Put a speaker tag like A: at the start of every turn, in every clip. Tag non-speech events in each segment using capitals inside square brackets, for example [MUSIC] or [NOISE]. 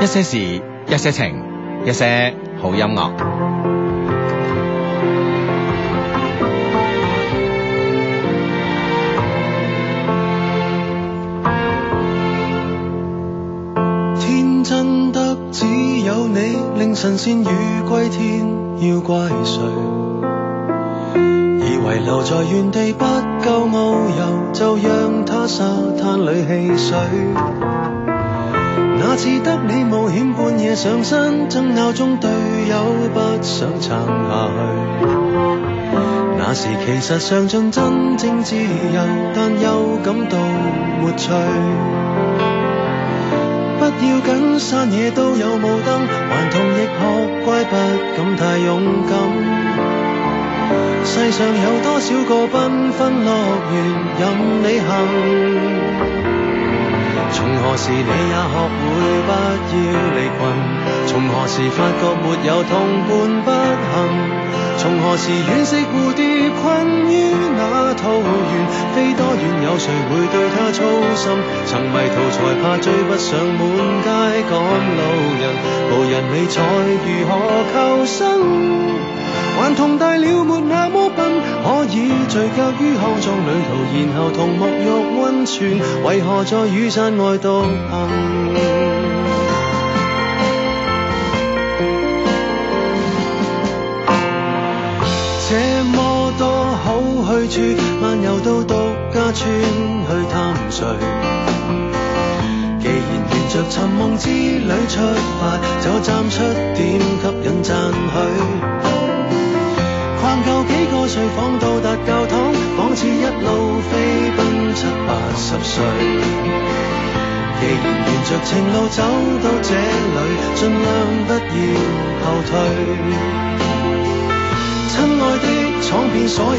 A: 一些事，一些情，一些好音樂。
B: 天真得只有你，令神仙魚歸天，要怪誰？以為留在原地不夠遨遊，就讓它沙灘裏戲水。那次得你冒險半夜上山，爭拗中隊友不想撐下去。那時其實嚐盡真正自由，但又感到沒趣。不要緊，山野都有霧燈，頑童亦學乖，不敢太勇敢。世上有多少個繽紛樂園，任你行。從何時你也學會不要離群？從何時發覺沒有同伴不行？從何時惋惜蝴蝶困於那桃源？飛多遠有誰會對它操心？曾迷途才怕追不上滿街趕路人，無人理睬如何求生？頑童大了沒那麼笨，可以聚腳於康莊旅途，然後同沐浴温泉，為何在雨傘外獨行？這麼多好去處，漫遊到獨家村去探誰？既然沿着尋夢之旅出發，就站出點吸引讚許。逛夠幾個睡房到達教堂，仿似一路飛奔七八十歲。既然沿着情路走到這裏，盡量不要後退。親愛的，闖遍所有路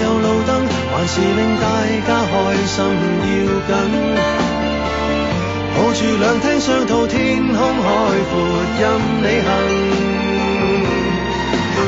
B: 燈，還是令大家開心要緊。抱住兩廳雙套，天空海闊，任你行。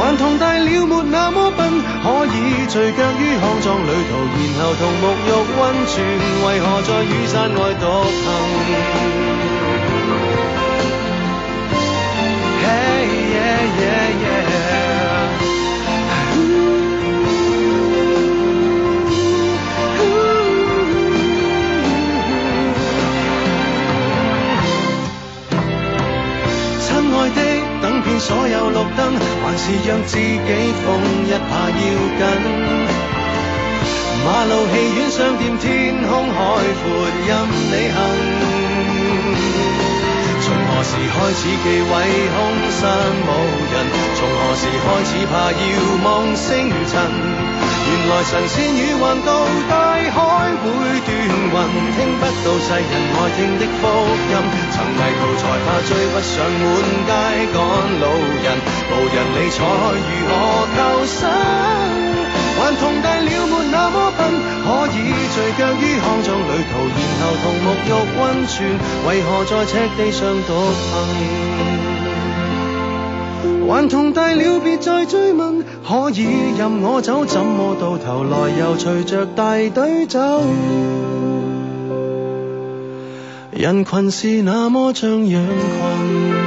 B: 頑童大了沒那麼笨，可以聚腳於康莊旅途，然後同沐浴温泉，為何在雨傘外獨行？Hey, yeah, yeah, yeah. Ooh, ooh. 親愛的，等遍所有綠燈，還是讓自己瘋一下要緊。馬路、戲院、商店、天空、海闊，任你行。從何時開始忌諱空山無人？從何時開始怕遙望星塵？原來神仙魚橫渡大海會斷雲，聽不到世人愛聽的福音。曾迷途才怕追不上滿街趕路人，無人理睬如何求生？頑童大了沒那麼笨，可以聚腳於康莊旅途，然後同沐浴温泉，為何在赤地上獨行？頑童大了別再追問，可以任我走，怎麼到頭來又隨着大隊走？人群是那麼像羊群。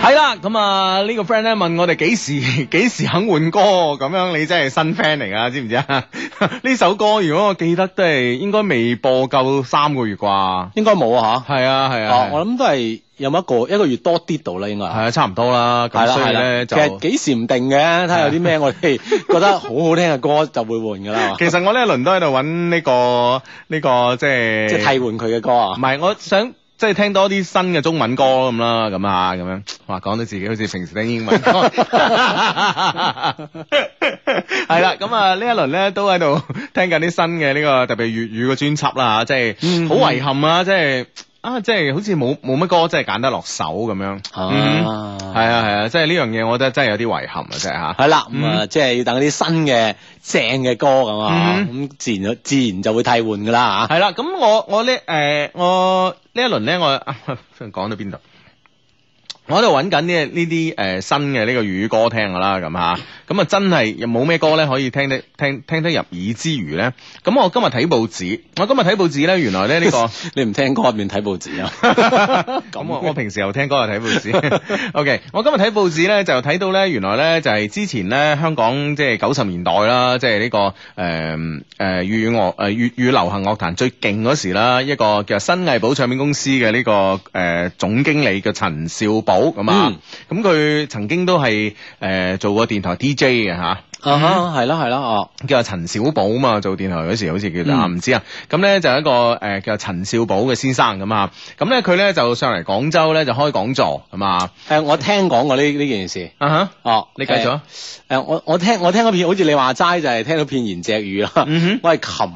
A: 係啦，咁啊呢個 friend 咧問我哋幾時 [LAUGHS] 幾時肯換歌，咁樣你真係新 friend 嚟噶，知唔知啊？ [LAUGHS] 呢首歌如果我記得都係應該未播夠三個月啩，
C: 應該冇啊
A: 係啊係啊
C: 嚇。哦，，我諗都係有冇一個一個月多啲到啦，應該
A: 係啊差唔多啦，
C: 係
A: 咁
C: 啦
A: 所以
C: 係啦。
A: 咧
C: 其
A: 就
C: 實幾時唔定嘅，睇下有啲咩我 [LAUGHS] 哋覺得好好聽嘅歌就會換 [LAUGHS] 㗎啦。係嘛
A: 其實我呢一輪都喺度揾呢個呢個即係
C: 即係替換佢嘅歌啊
A: 唔。係，我想即係聽多啲新嘅中文歌咁啦，咁啊咁樣，哇講到自己好似平時聽英文歌，係啦，咁啊呢一輪咧都喺度聽緊啲新嘅呢、個特別粵語嘅專輯啦，即係好遺憾啊，即係啊即係好似冇冇乜歌真係揀得落手咁樣，嗯
C: 啊
A: 係啊係啊，即係呢樣嘢我覺得真係有啲遺憾啊，真係嚇。
C: 係啦，咁啊，即係要等啲新嘅正嘅歌咁啊，
A: 嗯
C: 咁自然就自然就會替換噶啦啊
A: 系啦，咁我我呢诶、我呢一輪咧，我 [LAUGHS] 講到邊度？我喺度揾緊呢呢啲誒新嘅呢個粵語歌聽㗎啦，咁嚇，咁啊真係又冇咩歌咧可以聽得聽聽得入耳之餘咧，咁我今日睇報紙，我今日睇報紙咧，原來咧呢、呢個。
C: 嚇。你唔聽歌入面睇報紙啊？
A: 咁啊我我平時又聽歌又睇報紙。OK，我 [LAUGHS] 今日睇報紙咧就睇到咧，原來咧就係、之前咧香港即係九十年代啦，即係呢、個誒誒粵語樂誒粵語流行樂壇最勁嗰時啦，一個叫新藝寶唱片公司嘅呢、個誒、呃、總經理叫陳少寶咁啊，咁佢、曾經都係誒、呃做過電台 DJ 嘅嚇。
C: 啊哈，係啦係啦，哦，
A: 叫阿陳小寶嘛，做電台嗰時好似叫做啊，唔、知啊。咁咧就有一個誒、呃叫陳少寶嘅先生咁啊。咁咧佢咧就上嚟廣州咧就開講座咁啊。
C: 誒，我聽講過呢呢件事。
A: 啊哈，
C: 哦，
A: 你繼續啊。
C: 誒，我我聽我聽嗰片，好似你話齋就係聽到片言隻語啦。
A: 嗯
C: 我係琴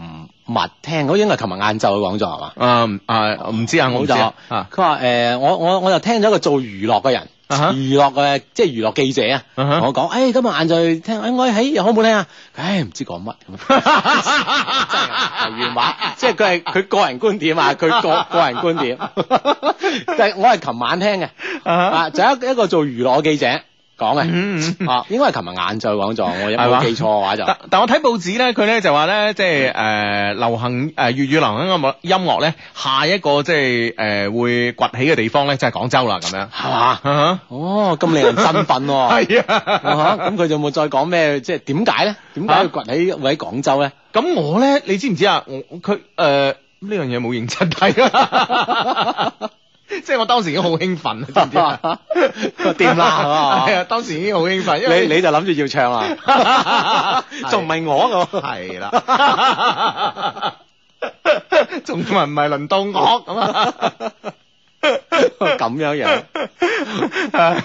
C: 日聽，好似應該係琴日晏晝嘅講座係嘛？
A: 啊唔啊唔知啊，我唔知啊。啊
C: 佢話誒，我我我就聽咗一個做娛樂嘅人，
A: 啊哈
C: 娛樂嘅即係娛樂記者啊，
A: 啊哈
C: 同我講，誒今日晏晝聽，誒我喺又好唔好聽啊？唉，唔知講乜咁樣，真係係原話，即係佢係佢個人觀點啊，
A: [LAUGHS]
C: 佢個個人觀點，但係我係琴晚聽嘅，
A: 啊
C: 啊就有一個一個做娛樂嘅記者講嘅。
A: 嗯嗯嗯
C: 啊，應該係琴日晏晝講座，我有
A: 係嘛
C: 冇記錯嘅
A: [LAUGHS]
C: 話就
A: 但但我睇報紙咧，佢咧就話咧，即係誒、呃、流行誒、呃、粵語流行音樂音樂咧，下一個即係誒、呃、會崛起嘅地方咧，就係、廣州啦咁樣。
C: 係嘛？
A: 啊
C: 哦，咁令人振奮
A: 哈，[LAUGHS]
C: 喎！
A: 係啊。
C: 啊哈咁佢就冇再講咩，即係點解咧？點解佢崛起會喺廣州咧？
A: 咁我咧，你知唔知啊？我佢誒呢樣嘢冇認真睇 [LAUGHS] 啊！即係我當時已經好興奮啊，知唔知啊？
C: [LAUGHS] 掂 [LAUGHS] 啦
A: 係啊，當時已經好興奮，因為 [LAUGHS]
C: 你你就諗住要唱啊啦， [LAUGHS] 仲唔係我啊我？
A: 係啦， [LAUGHS] 仲唔係輪到我咁啊？
C: 咁樣樣，
A: 咁啊，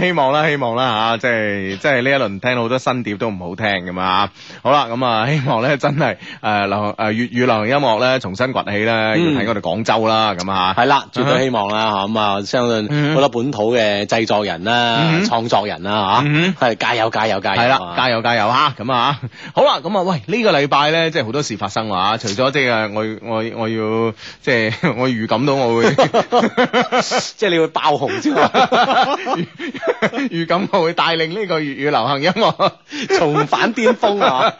A: 希望啦，希望啦吓，即係即係呢一輪聽到好多新碟都唔好聽咁啊！好啦，咁啊，希望咧真係誒流行誒粵語流行音樂咧重新崛起咧，要喺我哋廣州啦咁啊！
C: 嗯係啦，絕對希望啦嚇咁啊！相信好多本土嘅製作人啦
A: 嗯、
C: 創作人啦
A: 嗯
C: 嚇，係加油加油加油！啊
A: 係啦，加
C: 油！
A: 油加油吓，咁啊，好啦，咁啊，喂，呢、個禮拜咧，即係好多事發生啊，除咗即係我我我要即係 [LAUGHS] 我預感到我會 [LAUGHS]
C: 即係你會爆紅之外，
A: 預感我會帶領呢個粵語流行音樂
C: [LAUGHS] 重返巔峰啊！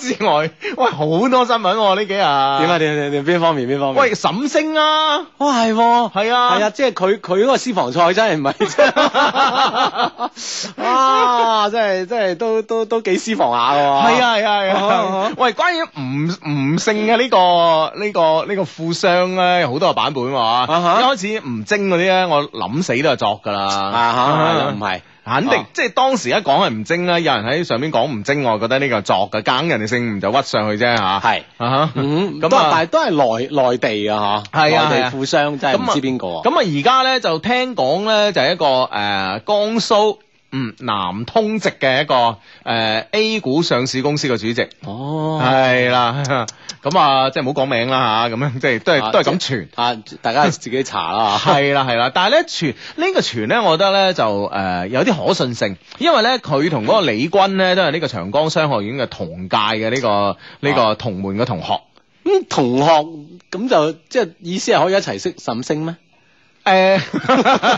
A: 之外，喂，好多新聞喎呢幾日。點
C: 點啊？？點點點邊方面邊方面？
A: 喂，沈星啊，
C: 哇係喎！
A: 係啊，
C: 係啊，即係佢佢嗰個私房菜真係唔
A: [LAUGHS]
C: 係真，啊，真係真係都都都幾私房下
A: 係
C: 喎。
A: 啊，係啊，係啊，
C: 啊啊
A: 喂，關於吳吳姓嘅呢、個呢、個呢、個富商咧，有好多個版本喎、啊
C: 啊哈
A: 一開始吳晶嗰啲咧，我諗死都係作㗎啦。
C: 啊嚇，唔係
A: 肯定，
C: 啊
A: 即係當時一講係吳晶啦，有人喺上面講吳晶，我覺得呢個係作嘅，梗人哋姓吳就屈上去啫嚇。啊
C: 係，
A: 哈
C: 嗯，
A: 咁
C: 咁啊，
A: 啊
C: 但係都係內內地嘅嚇，
A: 係啊
C: 內
A: 係啊
C: 地富商真係唔
A: 咁啊
C: 知邊個啊。
A: 咁啊，而家咧就聽講咧就係一個誒、呃江蘇嗯南通籍嘅一個誒、呃 A 股上市公司嘅主席。
C: 哦，
A: 係啦， [LAUGHS] 咁啊，即係唔好講名啦吓，咁樣即係都係
C: 啊
A: 都係咁傳。
C: 啊，大家自己查啦嚇。
A: 係啦係啦，但係咧傳呢個傳咧，我覺得咧就誒、呃有啲可信性，因為咧佢同嗰個李軍咧都係呢個長江商學院嘅同屆嘅呢個呢、個同門嘅同學。
C: 咁同學咁就即係意思係可以一齊識沈星咩？
A: 誒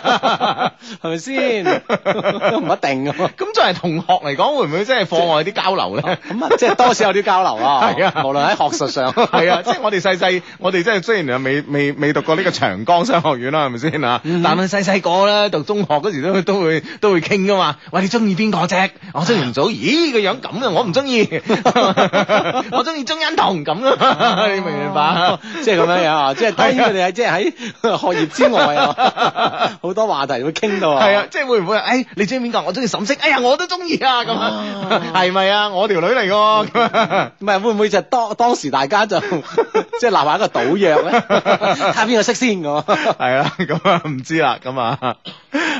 C: 係咪先？都唔一定㗎喎。
A: [LAUGHS] 咁作為同學嚟講，會唔會即係課外啲交流咧？
C: 咁啊，即係多少有啲交流啊。
A: 係啊
C: 無論喺學術上。
A: 係啊，即係我哋細細，我哋真係雖然啊未未未讀過呢個長江商學院啦，係咪先啊？
C: 嗯
A: 但係細細個咧，讀中學嗰時都都會都會傾噶嘛。喂，你中意邊個啫？我中意吳
C: [LAUGHS]
A: 祖兒，咦個樣咁嘅，我唔中意。 [LAUGHS] 我中意鍾欣桐咁
C: 哦
A: 啊，你明唔明白？
C: 即係咁樣樣啊！即係當然佢哋係即係喺 [LAUGHS] 學業之外啊，好多話題會傾到啊。
A: 係啊，，即係會唔會？誒、你中意邊個？我中意沈星。哎呀，我都中意
C: 哦
A: 啊！咁啊，係咪啊？我條女嚟㗎。咁啊
C: [LAUGHS] 唔係會唔會就當當時大家就 [LAUGHS] 即即係立下一個賭約
A: [LAUGHS]
C: 咧，睇下邊個識先咁。
A: 系啦，咁啊唔知啦，咁啊，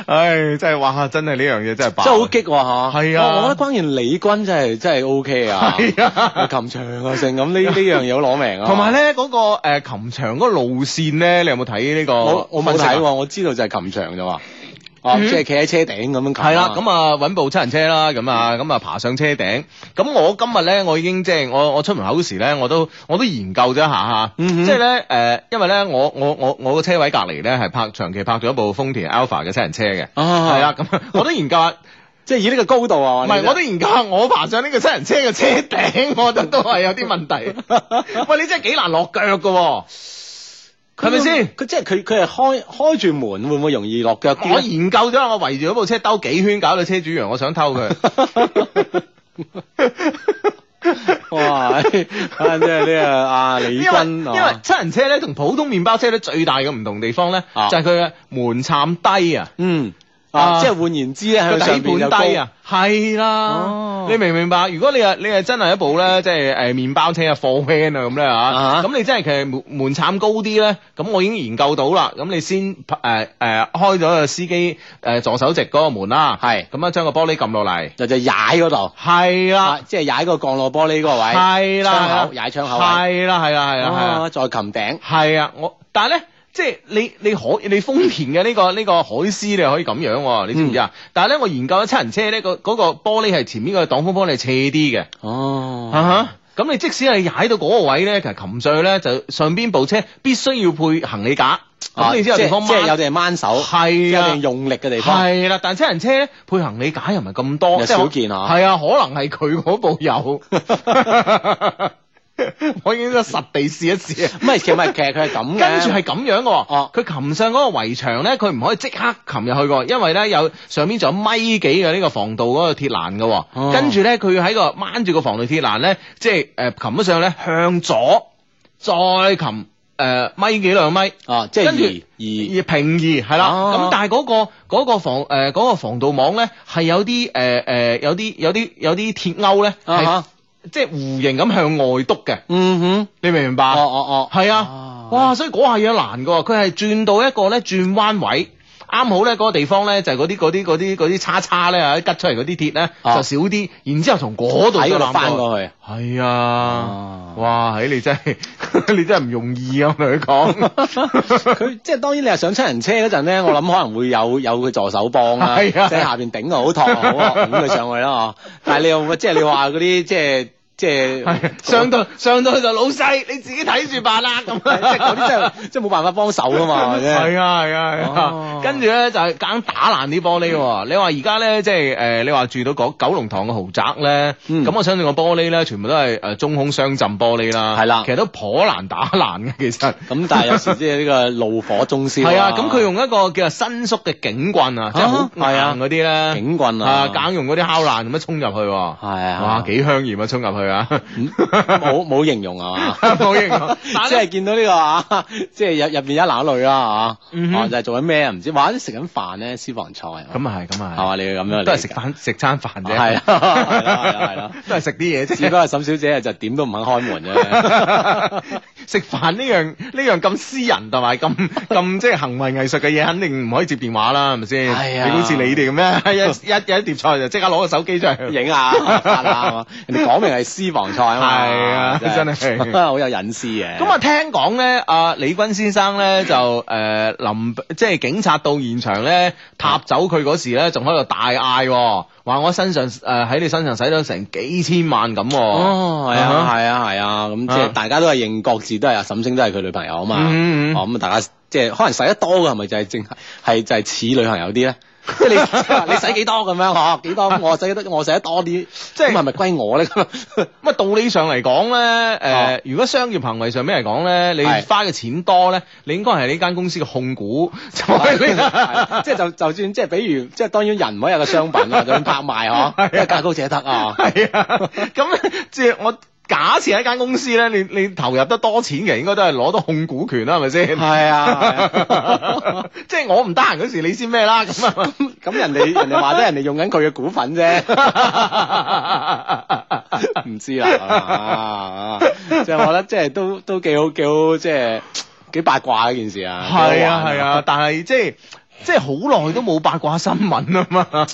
A: 唉，真系哇，真系呢樣嘢真係爆，啊
C: 真係好激喎嚇！
A: 係啊
C: 我我覺得關鍵李軍真係 [LAUGHS] 真係 O K 啊，
A: 係啊
C: 又琴場啊成咁呢呢樣嘢好攞命啊！
A: 同埋咧嗰個诶琴場嗰個路線咧，你有冇睇呢個？啊
C: 我我冇睇喎，我知道就係琴場咋嘛，哦，
A: 嗯
C: 即係企喺車頂咁樣擒啊。嗯
A: 系啦，咁啊揾部七人車啦，咁啊咁啊爬上車頂。咁我今日咧，我已經即係我我出門口嗰時咧，我都我都研究咗一下吓，
C: 嗯哼
A: 即係咧诶，因為咧我我我我個車位隔離咧係泊長期泊咗一部豐田 Alpha 嘅七人車嘅，
C: 啊
A: 係啦，咁 [LAUGHS] 我都研究下。
C: 即係以呢個高度啊，
A: 唔係，我都研究下我爬上呢個七人車嘅車頂， [LAUGHS] 我覺得都係有啲問題。
C: [LAUGHS]
A: 喂，你真係幾難落腳嘅喎，係咪先？
C: 佢即係佢佢係開開住門，會唔會容易落腳
A: [LAUGHS]
C: 啲啊 [LAUGHS]
A: 我
C: 咧？
A: 研究咗，我圍住嗰部車兜幾圈，搞到車主羊，我想偷
C: [LAUGHS]
A: 佢。
C: 哇！啊即係呢個啊李
A: 因為因
C: 軍
A: 為
C: 啊，
A: 七人車咧同普通麵包車咧最大嘅唔同地方咧，
C: 啊
A: 就係佢嘅門檻低啊，
C: 嗯
A: 啊
C: 啊，即係換言之咧，喺
A: 佢
C: 佢上邊
A: 底
C: 就
A: 盤低啊，係啦
C: 哦，
A: 你明唔明白？如果你係你係真係一部咧，即係誒麵包車啊、貨 van 啊咁咧
C: 啊
A: 嚇，咁你真係其實門門檻高啲咧，咁我已經研究到啦。咁你先誒誒開咗個司機誒助手席嗰個門啦，
C: 係
A: 咁啊將個玻璃撳落嚟，
C: 高，就就踩嗰度，
A: 係啦
C: 啊，，即係啊踩個降落玻璃嗰個位，
A: 係啦，
C: 窗口踩窗口位，
A: 係啦，係啦，係啦，係啦
C: 啊，。再擒頂。
A: 係啊，我但係咧，即係你你可你豐田嘅呢、個呢、個海獅你可以咁樣喎，你知唔知
C: 嗯
A: 啊？但係咧，我研究咗七人車咧，個嗰個玻璃係前面個擋風玻璃係斜啲嘅，
C: 哦
A: 啊哈。咁你即使係踩到嗰個位咧，其實擒上去咧就上邊部車必須要配行李架，咁你先有地方
C: 啊即係有
A: 掹。
C: 地掹手，
A: 係
C: 有
A: 啊
C: 定。用力嘅地方。
A: 係啦，但係七人車咧配行李架又唔係咁多，
C: 又
A: 即係
C: 少
A: 可
C: 見啊
A: 係啊，可能係佢嗰部有， [LAUGHS] 我已經實地試一試啊。
C: 唔係，其實唔係，其實佢係咁嘅。
A: 跟住係咁樣嘅喎，
C: 哦
A: 佢擒上嗰個圍牆咧，佢唔可以即刻擒入去嘅喎，因為咧有上面仲有米幾嘅呢個防盜嗰個鐵欄嘅喎，
C: 哦
A: 跟住咧佢喺個掹住個防盜鐵欄咧，即係誒擒咗上咧向左，再擒誒、呃米幾兩米。
C: 啊，即
A: 跟住
C: 係移移
A: 而平移係啦，咁、
C: 哦
A: 但係嗰、個嗰、個防誒嗰、個防盜網咧係有啲誒誒有啲有啲有啲鐵鈎咧
C: 啊
A: 係
C: 哈
A: 即係弧形咁向外篤嘅，
C: 嗯哼，
A: 你明唔明白？
C: 哦哦哦，
A: 係啊
C: 啊，
A: 哇！所以嗰下嘢難噶，佢係轉到一個咧轉彎位，啱好咧嗰個地方咧就係嗰啲嗰啲嗰啲嗰啲叉叉咧啊，拮出嚟嗰啲鐵咧
C: 啊
A: 就少啲，然之後從嗰度
C: 喺
A: 再攬
C: 嗰度翻過去。
A: 係啊。
C: 啊
A: 哇！喺你真係 [LAUGHS] 你真係唔容易啊！我同你
C: [LAUGHS]
A: 講，
C: 佢即係當然，你係上七人車嗰陣
A: [LAUGHS]
C: 咧，我諗可能會有有佢助手幫啦，即
A: 係啊
C: 係下邊頂又好，托又好，咁佢上去啦哦。但係你又即係你話嗰啲即係即係
A: 係 [LAUGHS] 上到上到去就老細，你自己睇住辦啦咁。啊
C: [LAUGHS] 即係嗰啲
A: [LAUGHS]
C: 真係即係冇辦法幫手噶嘛，係咪先
A: 係啊係啊係啊
C: 哦，嗯
A: 跟住咧就係硬打爛啲玻璃喎。你話而家咧即係誒，你話住到九九龍塘嘅豪宅咧，
C: 嗯
A: 咁我相信個玻璃咧全部都係誒中空雙浸玻璃啦，
C: 係啦啊
A: 其實都頗難打爛嘅其 [LAUGHS] 實。
C: 咁但係有時即係呢個怒火中燒。
A: 係啊，咁佢用一個叫做伸縮嘅警棍啊，即係好
C: 係啊
A: 硬嗰啲咧，
C: 警棍啊
A: 啊，硬用嗰啲敲爛咁樣衝入去喎。
C: 係啊嗯
A: 哇，幾香豔啊，衝入去
C: [LAUGHS]
A: 啊，！
C: 冇冇形容啊
A: 冇形容但係
C: [LAUGHS] 即係見到呢個 [LAUGHS] 啊，即係入入邊一男一女啦啊，
A: 嗯哼
C: 啊就係做緊咩啊唔知，或者食緊飯咧，私房菜啊
A: 咁啊係，咁啊
C: 係
A: 係
C: 嘛？你要咁樣
A: 都係食飯食餐飯啫，
C: 係啦啊 [LAUGHS] 係啦係啦啊係啦，
A: [LAUGHS] 都係食啲嘢
C: 只不 [LAUGHS]
A: 啫。
C: 過沈小姐啊就點都唔肯開
A: [LAUGHS]
C: 門啫。
A: 食飯呢樣呢樣咁私人同埋咁咁 [LAUGHS] 即係行為藝術嘅嘢，肯定唔可以接電話啦，係咪先？
C: 係啊
A: 你好似你哋咁咩？ [LAUGHS] 一一有一碟菜就即刻攞個手機出嚟。
C: [LAUGHS] 影下拍下啊嘛，人哋講明係私房菜啊嘛，
A: 係啊真係
C: [LAUGHS] 好有隱私嘅。
A: 咁啊，聽講咧，阿李軍先生咧就誒、呃、臨即係警察到現場咧，踏走佢嗰時咧，仲喺度大嗌喎，話我身上誒呃喺、你身上使咗成幾千萬咁喎。
C: 哦，係
A: 啊
C: 啊，
A: 哈
C: 係啊，係啊，咁即係大家都係認各自都係阿沈星都係佢女朋友啊嘛，
A: 嗯嗯嗯
C: 哦咁啊大家即係可能使得多嘅係咪就係正係就係似女朋友啲咧？即係你即係話你 [LAUGHS] 使幾多咁樣嗬？幾多我使得我使得多啲，
A: 即
C: 即
A: 係
C: 係係咪歸我咧？咁
A: 咁啊，道理上嚟講咧，誒、
C: 哦
A: 如果商業行為上面嚟講咧，你
C: 係
A: 花嘅錢多咧，你應該係呢間公司嘅控股，就係呢
C: 即係就就算即係比如即係當然人唔可以有個
A: [LAUGHS]
C: 商品啊，就算拍賣
A: 係啊
C: 嗬，即係價高者得啊。
A: 係啊，咁咧即係我。假設喺間公司咧，你你投入得多錢嘅，應該都係攞到控股權啦，係咪先？
C: 係啊，
A: [LAUGHS] 即係我唔得閒嗰時，你先咩啦咁啊？
C: 咁人哋人哋話得人哋用緊佢嘅股啊份啫。唔知啦，啊就係我覺得即係都都幾好幾好，即係幾八卦嘅一件事啊。
A: 係啊係啊，但係即係。即係好耐都冇八卦新聞啊嘛，
C: 啊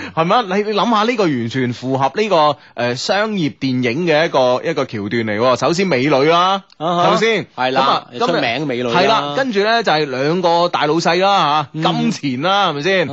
A: [LAUGHS] 係咪啊？你你諗下呢個完全符合呢、個誒、呃商業電影嘅一個一個橋段嚟喎。首先美女啦，係咪先？
C: 啊係
A: 咁
C: 啦
A: 啊，
C: 出名嘅美女
A: 係啦，跟住咧就係兩個大老細啦嚇，金錢啦係咪先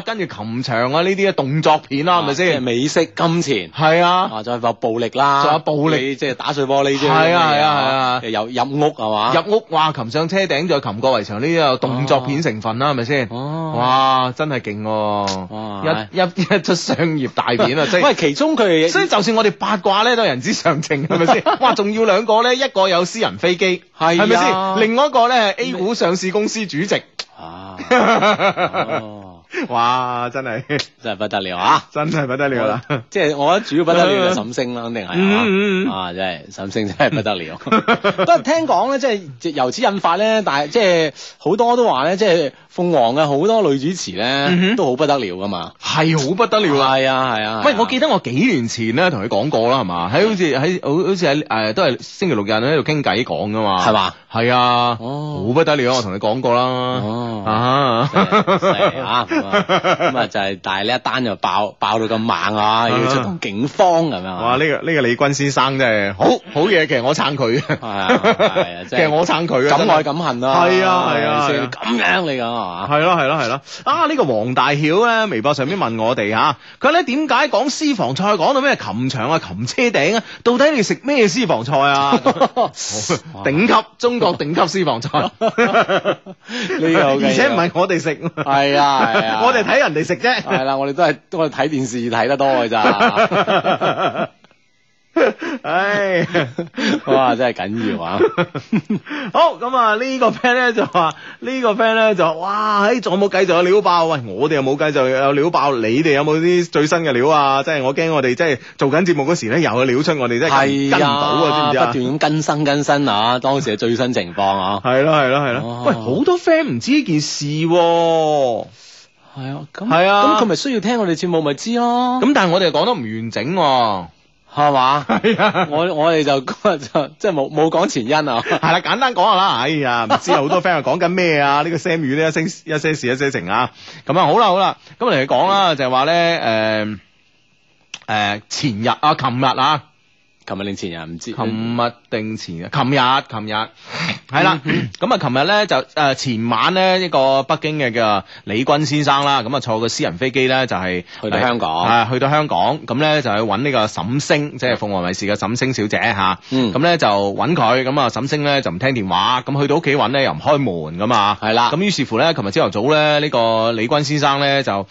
A: 嚇？跟住琴場啊呢啲嘅動作片啦係咪
C: 即係
A: 先？
C: 美式金錢。
A: 係啊，
C: 啊！再有暴力啦，
A: 仲有暴力
C: 你即係打碎玻璃啫，
A: 係啊係啊係啊
C: 又入屋係嘛，
A: 入屋哇，擒上車頂再擒過圍牆呢啲有動作片成分啦係咪先？
C: 哦
A: 哇，真係勁喎！一一一出商業大片 [LAUGHS] 啊，真係
C: 喂，。其中佢
A: 所以就算我哋八卦咧，都係人之常情，係咪先？ [LAUGHS] 哇，仲要兩個咧，一個有私人飛機，
C: 係
A: 係咪
C: 啊
A: 先？另外一個咧係 A 股上市公司主席，
C: 啊，
A: [LAUGHS]
C: 哦
A: 哇，真係
C: 真係不得了啊！
A: 真係不得了啦！
C: 即係我覺得主要不得了就沈星啦，肯定
A: 嗯嗯
C: 係
A: 嗯
C: 啊，啊真係沈星真係不得了。不過聽講咧，即係由此引發咧，但係即係好多都話咧，即係鳳凰嘅好多女主持
A: 嗯
C: 咧
A: 哼
C: 都好不得了噶嘛。
A: 係好不得了啦！
C: 係啊係啊，
A: 喂，我記得我幾年前咧同佢講過啦，係嘛？喺好似喺好好似喺誒都係星期六日喺度傾偈講噶嘛，
C: 係嘛？
A: 係啊，
C: 哦
A: 好不得了，我同你講過啦，
C: 哦
A: 啊，
C: 係啊，咁啊咁啊就係，但係呢一單就爆爆到咁猛啊，要出動警方咁樣啊。
A: 哇！呢個呢個李軍先生真係好好嘢，其實我撐佢，
C: 係啊係啊，
A: 其
C: 即
A: 實
C: 係
A: 我撐佢啊，
C: 敢愛敢恨啦。
A: 係啊係啊
C: 係咪
A: 係啊
C: 先咁樣你咁係嘛？
A: 係咯係咯係咯，啊呢、個黃大曉咧，微博上面問我哋吓， [LAUGHS] 佢咧點解講私房菜講到咩擒牆啊、擒車頂啊？到底你食咩私房菜啊？
C: [LAUGHS]
A: 頂級中國頂級私房菜，呢個
C: 好緊
A: [LAUGHS]
C: 要
A: 而且唔係我哋食，
C: 係啊係啊，
A: [LAUGHS] 我哋睇人哋食
C: [LAUGHS]
A: 啫。
C: 系啦，我哋都係我哋睇電視睇得多嘅
A: [LAUGHS]
C: 咋，
A: 唉，
C: 哇，真係緊要啊！
A: 好咁啊！呢個 friend 咧就話，呢個 friend 咧就話哇，喺仲有冇計就有料爆？喂，我哋又冇計就有料爆，你哋有冇啲最新嘅料啊？即係我驚我哋即係做緊節目嗰時咧，又有料出，我哋真係
C: 係
A: 跟唔到啊，知唔知啊
C: 不？斷咁更新更新啊，當時嘅最新情況啊，
A: 係咯係咯係咯
C: 哦，
A: 喂，好多 friend 唔知呢件事喎，
C: 係啊，咁
A: 係啊
C: 咁佢咪需要聽我哋節目咪知咯，
A: 咁但係我哋又講得唔完整喎，
C: 係嘛？
A: 係啊
C: 我我哋就 [LAUGHS] 就即係冇冇講前因
A: [LAUGHS]
C: 啊，
A: 係啦，簡單講下啦。哎呀，唔知啊好多 friend 又講緊咩啊？呢、個 Sam 語呢，一些一些事一些情啊。咁啊，好啦好啦，咁嚟講啦，就係話咧，誒、誒、前日啊，琴日啊，
C: 琴日定前日唔知，
A: 琴日定前日，琴日琴日係啦。
C: 嗯
A: 咁啊，琴日咧就誒、前晚咧，一個北京嘅嘅李軍先生啦，咁啊坐個私人飛機咧就係、
C: 去到香港
A: 啊，去到香港，咁咧就去揾呢個沈星，即係鳳凰衛視嘅沈星小姐吓。
C: 嗯
A: 咁咧就揾佢，咁啊沈星咧就唔聽電話，咁去到屋企揾咧又唔開門噶嘛。
C: 係啦
A: 咁於是乎咧，琴日朝頭早咧，呢、個李軍先生咧就誒、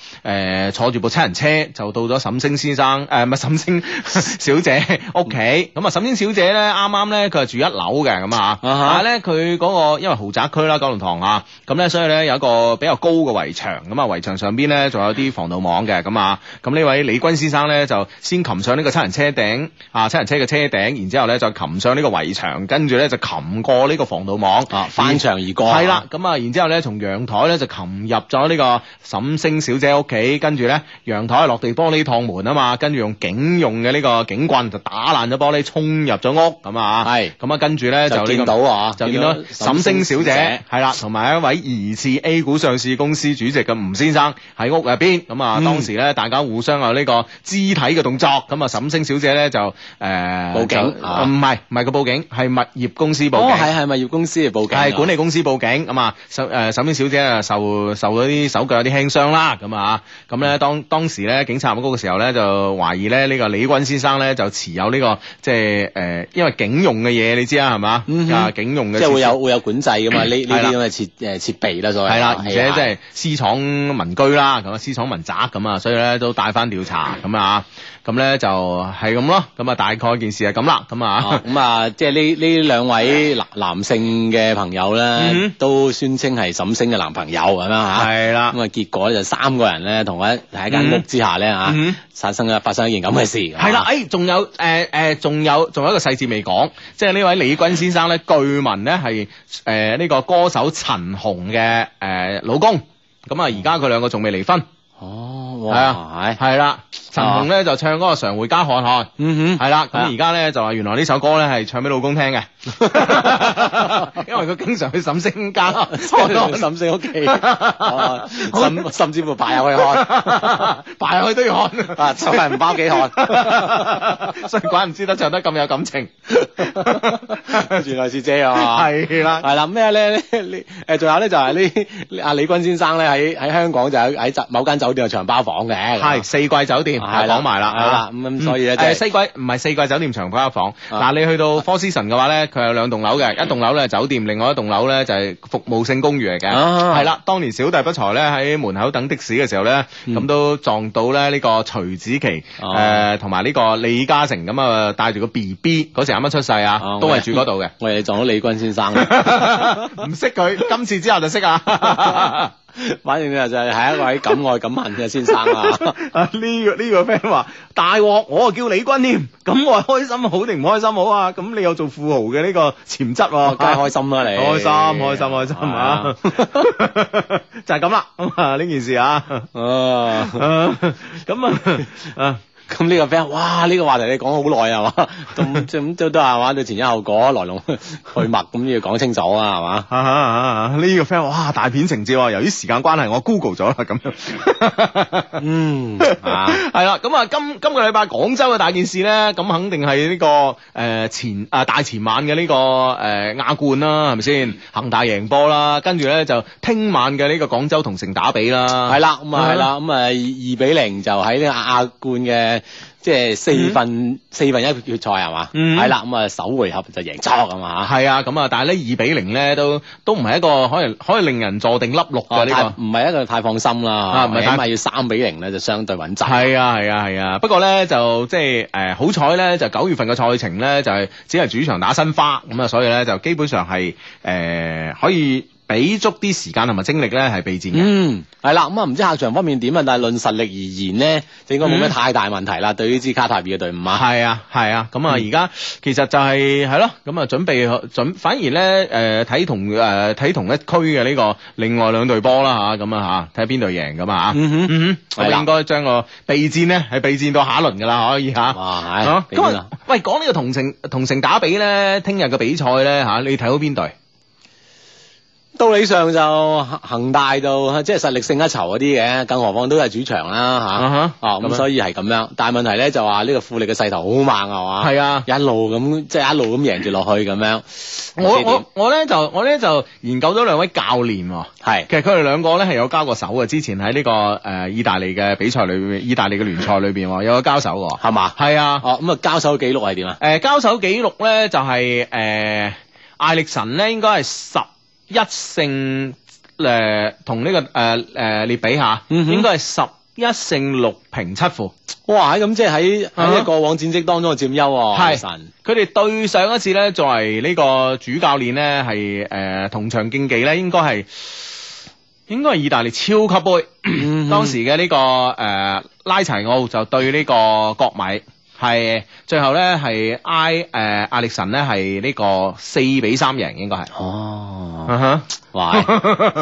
A: 坐住部七人車就到咗沈星先生誒，唔、係沈星 [LAUGHS] 小姐屋企。咁啊，沈星小姐咧啱啱咧佢係住一樓嘅咁啊，
C: 啊哈
A: 但係咧佢嗰個因為豪宅區啦，九龍塘啊，咁咧所以咧有一個比較高嘅圍牆，咁啊圍牆上邊咧仲有啲防盜網嘅咁啊。咁呢位李軍先生咧就先擒上呢個七人車頂啊，七人車嘅車頂，然之後咧就擒上呢個圍牆，跟住咧就擒過呢個防盜網
C: 啊翻牆而過
A: 係啦，咁啊，然之後咧，從陽台咧就擒入咗呢個沈星小姐屋企，跟住咧陽台係落地玻璃趟門啊嘛，跟住用警用嘅呢個警棍就打爛咗玻璃，衝入咗屋咁啊，
C: 係
A: 咁啊，跟住咧就呢
C: 就
A: 個
C: 見到啊，
A: 就見到沈星小姐，係啦，同埋一位疑似 A 股上市公司主席嘅吳先生喺屋入邊，咁啊
C: 嗯
A: 當時咧大家互相有呢個肢體嘅動作，咁啊沈星小姐咧就誒
C: 報
A: 報
C: 警啊
A: 唔係唔係個報警，係物業公司報
C: 哦，
A: 警
C: 係。係咪業公司嚟報警啊？
A: 係管理公司報警咁啊，首誒首先小姐啊受受咗啲手腳有啲輕傷啦，咁啊咁咧當當時咧警察入屋嘅時候咧就懷疑咧呢個李軍先生咧就持有呢、個即係誒因為警用嘅嘢你知啊係嘛
C: 嗯哼
A: 啊警用嘅
C: 即係會
A: 設施
C: 有會有管制噶嘛？呢呢
A: 係啦
C: 啲咁嘅設誒設備啦，所謂哎
A: 係啊啦，而且
C: 器
A: 即
C: 械
A: 係私廠民居啦，咁啊私廠民宅咁啊，所以咧都帶翻調查咁啊，咁咧就係咁咯，咁啊大概件事係咁啦，咁
C: 啊
A: [LAUGHS] 啊。
C: 咁啊，即係呢呢兩位男男性嘅朋友咧
A: 嗯，
C: 都宣稱係沈星嘅男朋友咁樣嚇。
A: 係啦
C: 咁，啊，結果就三個人咧，同一喺間屋之下咧嚇
A: 嗯，
C: 產生啊發生一件咁嘅事。啊
A: 係啦，，誒，仲有誒誒，仲有仲有一個細節未講，即係呢位李軍先生咧，據聞咧係誒呢個歌手陳紅嘅誒老公，咁啊而家佢兩個仲未離婚，
C: 哦，
A: 係啊
C: 哇，係
A: 係啦，陳紅咧就唱嗰個常回家看看。
C: 嗯 [LAUGHS]
A: 系啦，咁而家咧就話原來呢首歌咧係唱俾老公聽嘅，因為佢經常去沈星
C: [LAUGHS]
A: 家看
C: 哼，
A: 看，
C: 甚至
A: [LAUGHS]
C: 屋企，哦甚甚至乎排入去看，
A: 排去都要
C: [LAUGHS]
A: 看。
C: 啊，就係唔包幾看，
A: 所以怪唔知得唱得咁有感
C: [LAUGHS]
A: 情，
C: 原來是這樣啊。
A: 係啦，
C: 係啦，咩咧？呢 [LAUGHS] 呢誒，仲有咧就係呢阿李軍先生咧喺喺香港就喺喺酒某間酒店有長包房嘅，
A: 係四季酒店，
C: 係
A: 係
C: 啦
A: 講埋啦，嗯
C: 係啦咁咁所以咧即係
A: 誒四季唔係四季酒店長包房。
C: 啊嗯
A: 嗱，你去到科斯神嘅話咧，佢有兩棟樓嘅，一棟樓咧係酒店，另外一棟樓咧就係服務性公寓嚟嘅。
C: 啊
A: 係啦，當年小弟不才咧喺門口等的士嘅時候咧，
C: 嗯
A: 咁都撞到咧呢個徐子淇
C: 哦
A: 誒同埋呢個李嘉誠咁啊，帶住個 B B 嗰時啱啱出世啊
C: 哦，
A: 都係住嗰度嘅。
C: 我哋撞到李軍先生啦。
A: [LAUGHS] 唔識佢，今次之後就識啊！
C: 反正就係係一位敢愛敢恨嘅先
A: [LAUGHS]
C: 生啊！
A: [LAUGHS] 啊呢、個呢、個 friend 話大鑊，我啊叫李軍添，咁我係開心好定唔開心好啊？咁你有做富豪嘅呢個潛質喎、
C: 梗係開心啦，你
A: 哦 [LAUGHS] 開心開心開心啊！ [LAUGHS] 就係咁啦，咁啊呢件事啊， [LAUGHS]
C: 係啊！啊
A: 啊咁啊啊
C: 咁呢個 friend，哇！呢個話題你講好耐係嘛？ [LAUGHS] 咁咁都都係嘛？對前因後果、來龍 [LAUGHS] 去脈咁要講清楚啊，係嘛？
A: 啊啊啊！呢、個 friend 哇大片情節喎，由於時間關係，我 Google 咗啦咁樣。
C: 嗯
A: [LAUGHS]
C: 啊，
A: 系啦，咁啊，今今个礼拜廣州嘅大件事咧，咁肯定係呢、個个呃前啊大前晚嘅呢、個个诶亞冠啦，係咪先？恒大贏波啦，跟住咧就聽晚嘅呢個廣州同城打比啦，
C: 係啦，咁啊
A: 啊
C: 係啦，咁啊二比零就喺呢個亞冠嘅即係四分四分一決賽係嘛？
A: 嗯
C: 係啦，咁啊首回合就贏咗咁
A: 啊
C: 啊
A: 係啊，咁啊，但係咧二比零咧都都唔係一個可以可以令人坐定粒六
C: 嚇！
A: 嘅呢、個。
C: 哦太唔係一個太放心啦，
A: 啊唔係
C: 起
A: 太
C: 碼要三比零咧就相對穩陣。
A: 係啊係啊係啊，不過咧就即係诶好彩咧就九月份嘅賽程咧就係只係主場打申花咁啊，所以咧就基本上係诶、呃可以俾足啲時間同埋精力咧係備戰嘅。
C: 嗯，係啦，咁啊唔知客場方面點啊，但係論實力而言咧，就應該冇咩
A: 嗯
C: 太大問題啦。對於支卡塔爾嘅隊伍啊，
A: 係啊，係啊，咁啊，而家其實就係係咯，咁啊，準備準，反而咧誒睇同誒睇同一區嘅呢個另外兩隊波啦嚇，咁啊嚇，睇下邊隊贏咁啊嚇，
C: 嗯哼
A: 嗯哼，
C: 係
A: 我
C: 啦
A: 應該將個備戰咧係備戰到下一輪噶啦，可以嚇。
C: 哇，係
A: 啊，
C: 點
A: 咁
C: 啊
A: 啊？，喂，講呢個同城同城打比咧，聽日嘅比賽咧嚇，你睇好邊隊？
C: 道理上就恒大就即係實力勝一籌嗰啲嘅，更何況都係主場啦
A: 啊
C: 吓。
A: 哈
C: 哦，咁
A: 樣
C: 所以係咁樣，但係問題咧就話呢個富力嘅勢頭好猛係嘛？
A: 係啊。
C: 一路咁即係一路咁贏住落去咁樣。唔
A: 我
C: 知
A: 我我咧就我咧就研究咗兩位教練喎、
C: 點係
A: 其實佢哋兩個咧係有交過手嘅，之前喺呢、個誒、呃意大利嘅比賽裏邊，意大利嘅聯賽裏邊
C: [LAUGHS]
A: 喎有個交手喎。
C: 係嘛？
A: 係啊，誒、呃
C: 哦，咁啊交手記錄係點啊？
A: 交手記錄咧就係、誒、艾力神咧應該係十一勝誒同呢個誒誒、呃列比下，
C: 嗯哼
A: 應該係十一勝六平七負。
C: 哇！咁即係喺喺過往戰績當中嘅佔優喎，
A: 係
C: 神
A: 佢哋對上一次咧，作為呢個主教練咧，係誒、呃同場競技咧，應該係應該係意大利超級杯。
C: 嗯
A: 當時嘅呢、個呃拉齊奧就對呢個國米係最後咧係埃呃誒阿力神咧係呢個四比三贏應該係。
C: 哦。
A: 啊
C: 哇！ [LAUGHS] 即